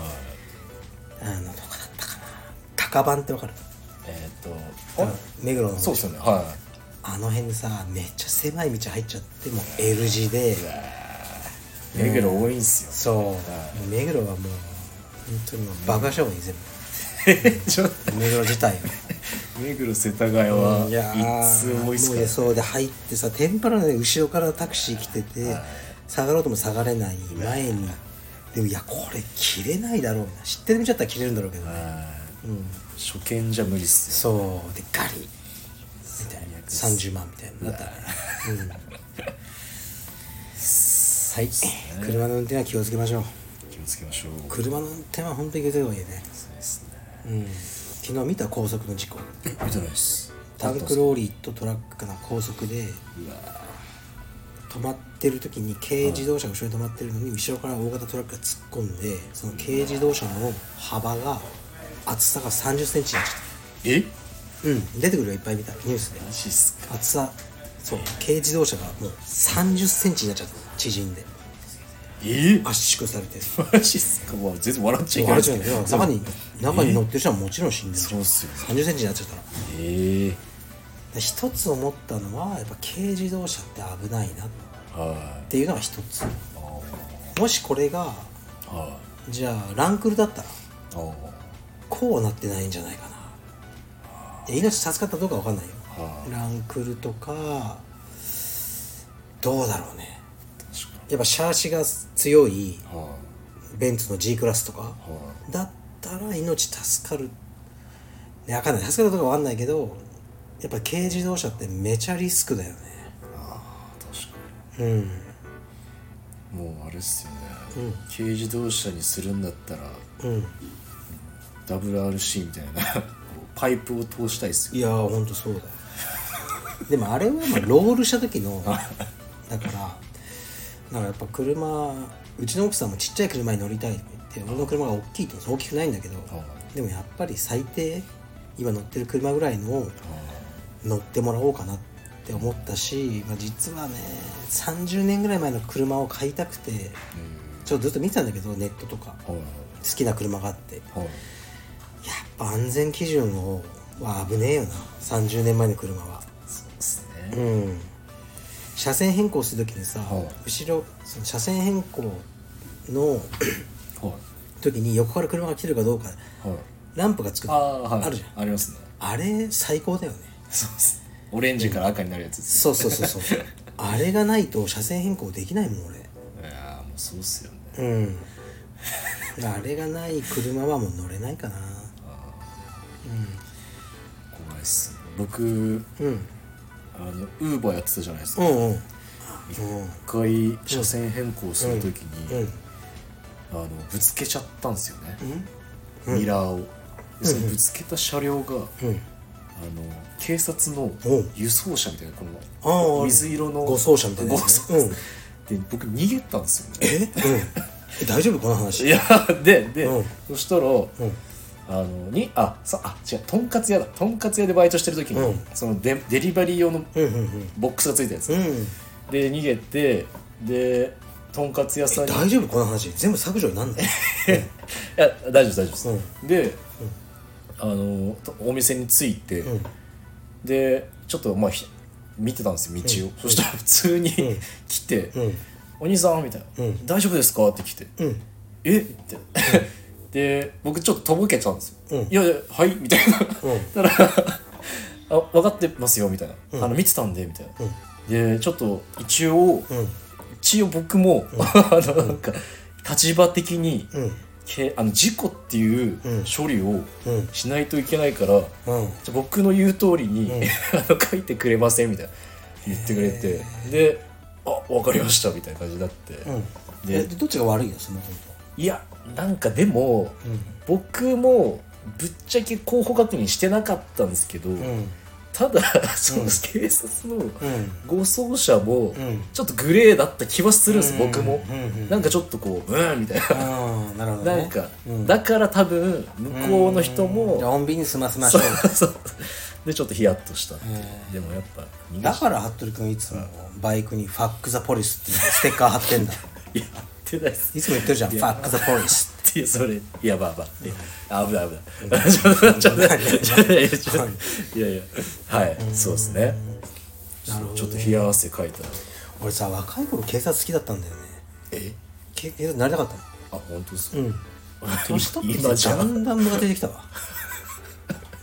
A: あのどこだったかな高番って分かる
B: えーっ、とあ
A: 目黒の
B: そうですよねは
A: あの辺でさめっちゃ狭い道入っちゃってもう L 字で
B: い目黒多いんすよ
A: そうもう目黒はもう本当にもう爆破した方がいい全
B: ちょっと
A: 部目黒自体
B: 目黒世田谷
A: は
B: は
A: い
B: いつ
A: ーも
B: 多
A: う
B: いっすか
A: いやそうで入ってさ天ぷらのね後ろからタクシー来てて下がろうとも下がれない前にでもいやこれ切れないだろうな知ってる道だったら切れるんだろうけどね
B: うん初見じゃ無理っす
A: そうでガリみたいな30万みたいななったらねうんはい車の運転は気をつけましょう
B: よ気をつけましょう
A: 車の運転は本当に気をつけた方がいいね
B: そうですね
A: うん昨日見た高速の事故
B: 見てないっす
A: タンクローリーとトラックかな高速で
B: うわ
A: 止まってる時に軽自動車が後ろに止まってるのに後ろから大型トラックが突っ込んでその軽自動車の幅が厚さが3 0センチになっちゃっ
B: え
A: たうん出てくるよいっぱい見たニュースで
B: マジっすか
A: 厚さそう軽自動車がもう3 0センチになっちゃった縮んで
B: え
A: 圧縮されて
B: マジっすかうわ全然笑っちゃいけ
A: あ
B: ない
A: れ
B: っす
A: じゃ
B: ね
A: ない中に中に乗ってる人はもちろん死んでる
B: そうっすよ
A: 3 0センチになっちゃったら
B: ええ
A: 一つ思ったのはやっぱ軽自動車って危ないなっ
B: は
A: ていうのが一つ
B: いあ
A: もしこれが
B: ーはい
A: じゃあランクルだったら
B: あー
A: こうなってないんじゃないかな命助かったかどうかわかんないよ
B: は
A: ランクルとかどうだろうね
B: 確か
A: やっぱシャーシが強い
B: には
A: ベンツの G クラスとか
B: いは
A: だったら命助かるねわかんない助かるかどうかわかんないけどやっぱ軽自動車ってめちゃリスクだよね
B: いあー確か
A: うん
B: にもうあれっすよね軽自動車にするんだったら
A: うん
B: WRC みたいなこうパイプを通したいっすよ
A: いやーほんとそうだよでもあれはまあロールした時のだからなんかやっぱ車うちの奥さんもちっちゃい車に乗りたいって言って俺の車が大きいって言うんです大きくないんだけど
B: い
A: でもやっぱり最低今乗ってる車ぐらいのを乗ってもらおうかなって思ったし、まあ、実はね30年ぐらい前の車を買いたくてちょっとずっと見てたんだけどネットとか
B: はい
A: 好きな車があってやっ
B: はい
A: ぱ安全基準をは危ねえよな30年前の車は
B: そうです
A: う
B: ね
A: ん車線変更する時にさ、
B: はい
A: 後ろその車線変更の
B: はい
A: 時に横から車が来てるかどうか
B: はい
A: ランプがつく
B: ああはい
A: あるじゃん
B: ありますね
A: あれ最高だよね
B: そうですオレンジから赤になるやつです
A: そうそうそうそう あれがないと車線変更できないもん俺
B: いやーもうそうっすよね
A: うんあれがない車はもう乗れないかな
B: 怖いっすね僕
A: うん
B: あのウーバーやってたじゃないです
A: う
B: か
A: んうん
B: 一回車線変更するときにあのぶつけちゃったんですよねミラーをでそのぶつけた車両が
A: うん
B: あの警察の
A: うん
B: 輸送車みたいなこ
A: ああ
B: の水色の
A: 護送車みたいなや
B: 護
A: つ
B: 送
A: ね
B: で僕逃げたんですよね
A: ええ大丈夫この話
B: いやでで、
A: うん
B: そしたら、あのにあさあ違うとんかつ屋だとんかつ屋でバイトしてる時に、
A: うん
B: そのデデリバリー用の
A: うんうんうん
B: ボックスがついたやつ、
A: うん
B: で逃げてでとんかつ屋さんに
A: 大丈夫この話全部削除になんない
B: いや大丈夫です大丈夫です、で、あのとお店に着いて、
A: ん
B: でちょっとまあひ見てたんですよ道を、そしたら普通に、 来て、
A: ん
B: お兄さん」みたいな、大丈夫ですか?」って来て「
A: うん
B: えっ?」てで僕ちょっととぼけたんですよ「
A: うん
B: いやいやはい」みたいな、たら「あ分かってますよ」みたいな、あの「見てたんで」みたいな、でちょっと一応、
A: うん
B: 一応僕も、 あのなんか立場的に、
A: うん
B: けあの事故っていう
A: うん
B: 処理を
A: うん
B: しないといけないから、
A: うん
B: じゃあ僕の言う通りに、 あの書いてくれませんみたいな言ってくれてで「あわかりました」みたいな感じになって、
A: うん
B: で
A: えどっちが悪いよそのこと
B: いやなんかでも、僕もぶっちゃけ候補確認してなかったんですけど、
A: うん
B: ただその警察の
A: うん
B: 護送車
A: ん
B: もちょっとグレーだった気はするんです、
A: うん
B: 僕も、
A: うんうん
B: なんかちょっとこう「うん」みたいな。
A: ああなるほどね
B: なんか、
A: うん
B: だから多分向こうの人も、
A: じゃあ穏便に済ませまし
B: そ
A: ょ
B: う
A: う
B: そうでちょっとヒヤッとしたっていう、
A: へ
B: でもやっぱ逃が
A: だ
B: し
A: から服部君いつもバイクに「ファック・ザ・ポリス」っていうステッカー貼って んだ
B: やってないっす
A: いつも言ってるじゃん「ファック・ザ・ポリス
B: っていうそれいやばいやばいいや危ない危ない ちょっとちょっとちょっとちょっ といやいやはいそうですねちょっと冷や汗かいたら」
A: 俺さ若い頃警察好きだったんだよね
B: え
A: け警察になりたかったの
B: あ本当ですか、
A: うん年取ってき
B: 今
A: て
B: じ
A: だ
B: ゃん
A: んだんムが出てきたわ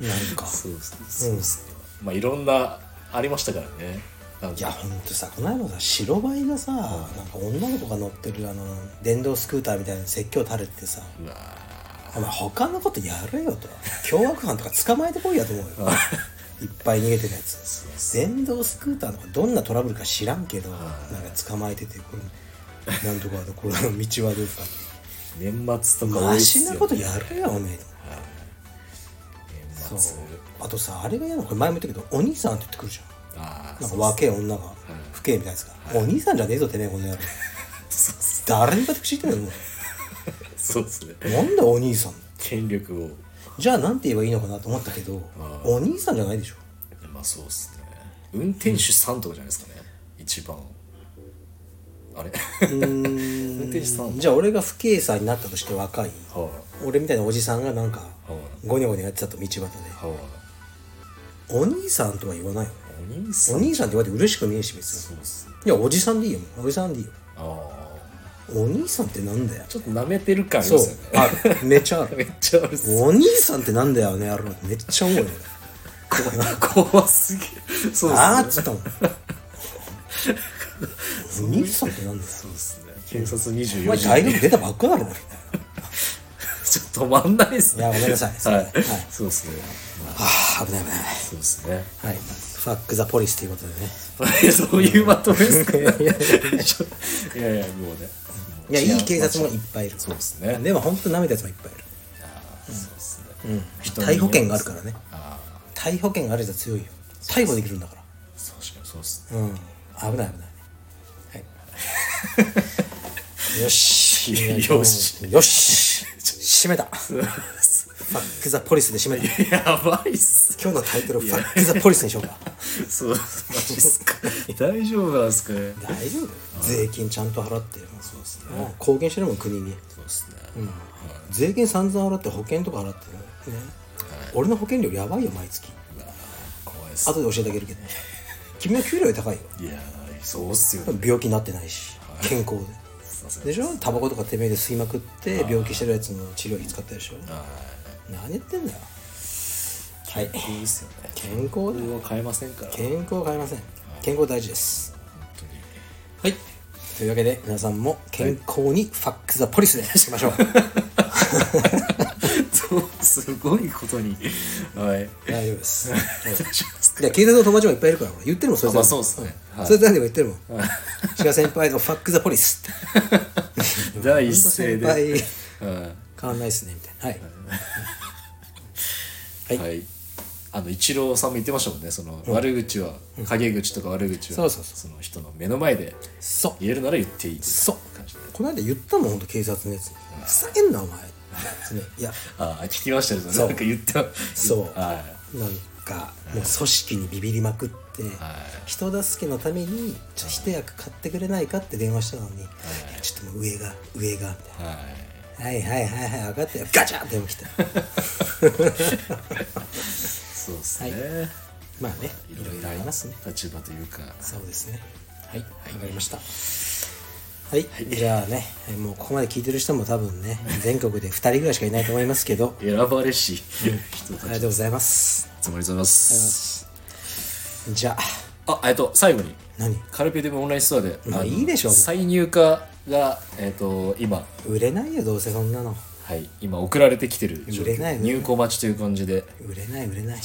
A: なんか
B: そうですねそうですね、まあいろんなありましたからねなんか
A: いやほんとさこの間もさ白バイがさなんか女の子が乗ってるあの電動スクーターみたいなのに説教垂れてさ
B: うわ
A: お前他のことやれよと凶悪犯とか捕まえてこいやと思うよいっぱい逃げてるやつ電動スクーターとかどんなトラブルか知らんけどなんか捕まえててこれなんとかこれの道はどうか
B: 年末とか多い
A: マ
B: っ
A: シ
B: すよ
A: な
B: ね
A: ことやれよおめえと
B: 年
A: そう
B: 末
A: あとさあれが嫌なのこれ前も言ったけどお兄さんって言ってくるじゃ
B: あ
A: ん
B: あ
A: なんか若え女が不敬みたいなやつがお兄さんじゃねえぞてめえこの野郎誰にかって口言ってんのも
B: そうですね
A: うなんでお兄さん
B: 権力を
A: じゃあなんて言えばいいのかなと思ったけどお兄さんじゃないでしょ
B: まあそうっすね運転手さんとかじゃないですかね、一番あれ運転手さんは
A: じゃあ俺が不敬さんになったとして若い
B: あは
A: 俺みたいなおじさんがなんか
B: あは
A: ゴニョゴニョやってたと道端で
B: あ
A: お兄さんとは言わないよ
B: お兄さん
A: お兄さんって言われて嬉しくねえし別
B: そうっすね
A: にいやおじさんでいいよおじさんでいいよ
B: ああ
A: お兄さんってなんだよ
B: ちょっと舐めてる感あり
A: そ
B: ま
A: う
B: すよね
A: あるめっちゃあ
B: め
A: る
B: っちゃあるっす
A: お兄さんってなんだよねあれめっちゃ思うよ
B: 怖すぎるそう
A: 俺
B: っ
A: ああっ
B: すね
A: つったもんお兄さんってなんだよ
B: そうっすね警察
A: お
B: 24
A: 前
B: 時
A: 大学出たばっかだろ俺
B: ちょっと止まんないっす
A: い
B: ね
A: やごめんなさい
B: は
A: はい
B: い、そうっすね
A: ああ危ない危ない
B: そうっすね
A: はいファック・ザ・ポリスということでね
B: そういうまとめっすかいやい やいやもうね
A: いやいい警察もいっぱいいる
B: そうっすね
A: でも本当舐めたやつもいっぱいいる
B: あーそうっすね、人による
A: 逮捕権があるからね
B: ああ
A: 逮捕権があるやつは強いよ逮捕できるんだから
B: 確かにそうっすね
A: うん危ない危ないはいよし
B: よし
A: よし締 めたファック・ザ・ポリスで締めた
B: やばいっす
A: 今日のタイトルをファック・ザ・ポリスにしようか
B: そうマジっすか大丈夫なんですかね
A: 大丈夫税金ちゃんと払ってそうですね貢献してるもん国に
B: そうっすね、
A: 税金散々払って保険とか払ってね俺の保険料やばいよ毎月
B: 怖いっす
A: 後で教えてあげるけど君の給料より高いよ
B: いやーそうっすよね
A: 病気になってないし健康
B: すいません
A: ででしょタバコとかてめえで吸いまくって病気してるやつの治療費使ったでしょ
B: はい
A: 何言ってんだよはい
B: いいっすよね
A: 健康だ
B: 僕
A: よ
B: は変えませんから本
A: 健康は変えません健康大事です
B: 当に
A: はいというわけで皆さんも健康にファック・ザ・ポリスでしていきましょ う
B: そうすごいことにはい
A: 大丈夫です
B: 大丈夫です
A: いや警察の友達もいっぱいいるから俺言ってるもんそいつら
B: あまあそうっすねはい
A: そいつらでも言ってるもん志賀先輩のファック・ザ・ポリスって
B: か第一声で、
A: 本当先
B: は
A: 変わんないですねみたいなはい
B: い、はい、あの一郎さんも言ってましたもんねその、悪口は陰口とか悪口は
A: そうそうそ
B: の人の目の前で
A: そう
B: 言えるなら言っていい
A: そう
B: 感じで
A: この間言ったもん本当警察のやつに「ふざけんなお前」つっていや
B: ああ聞きましたね
A: そう
B: なんか言って
A: そう
B: はい
A: なんかもう組織にビビりまくって、人助けのためにちょっと一役買ってくれないかって電話したのに、いやちょっともう上が上がみたいな。
B: はい
A: はいはいはいはい分かったよガチャって電話来 た
B: そうですね、
A: まあねい
B: い
A: ろ
B: ろ
A: いろ
B: いろ
A: あ
B: あ
A: り
B: り
A: ま
B: ますす
A: ね
B: ね立場というか
A: そうですね
B: はい、
A: わかりましたはい、じゃあねもうここまで聞いてる人も多分ね全国で2人ぐらいしかいないと思いますけど
B: 選ばれし
A: あ
B: 人
A: り
B: た
A: が
B: ち
A: とうございます
B: つもりでございます
A: じゃあ
B: あえっと最後に
A: 何
B: カルペディウムオンラインストアで、
A: まあ
B: の
A: いいでしょう
B: 再入荷がえっ、と今
A: 売れないよどうせそんなの
B: はい今送られてきてる状況
A: 売れないね
B: 入庫待ちという感じ で
A: 売れない売れない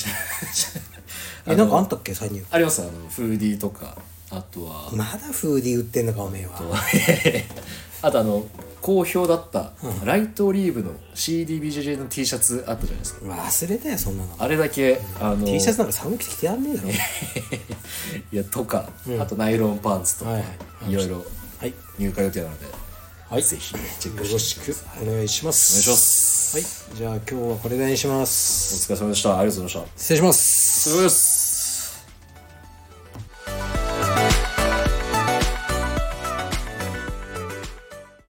B: あ
A: え
B: の
A: なんかあんたっけ再入
B: ありますあのフーディーとかあとは
A: まだフーディー売ってんのかおめえは
B: あとあの好評だった、ライトオリーブの CDBJJ の T シャツあったじゃないですか
A: 忘れたよそんなの
B: あれだけ、あの
A: T シャツなんか寒くて着てやんねえだろ
B: いやとか、あとナイロンパンツとか、
A: はい
B: いろいろ
A: はい
B: 入荷予定なので、
A: はい
B: ぜひチェッ
A: よ
B: ク
A: ろ
B: し
A: してくお願いしま
B: お願い
A: す
B: します、
A: はいじゃあ今日はこれぐらいにします
B: お疲れ様でしたありがとうございました
A: 失礼します
B: 失礼します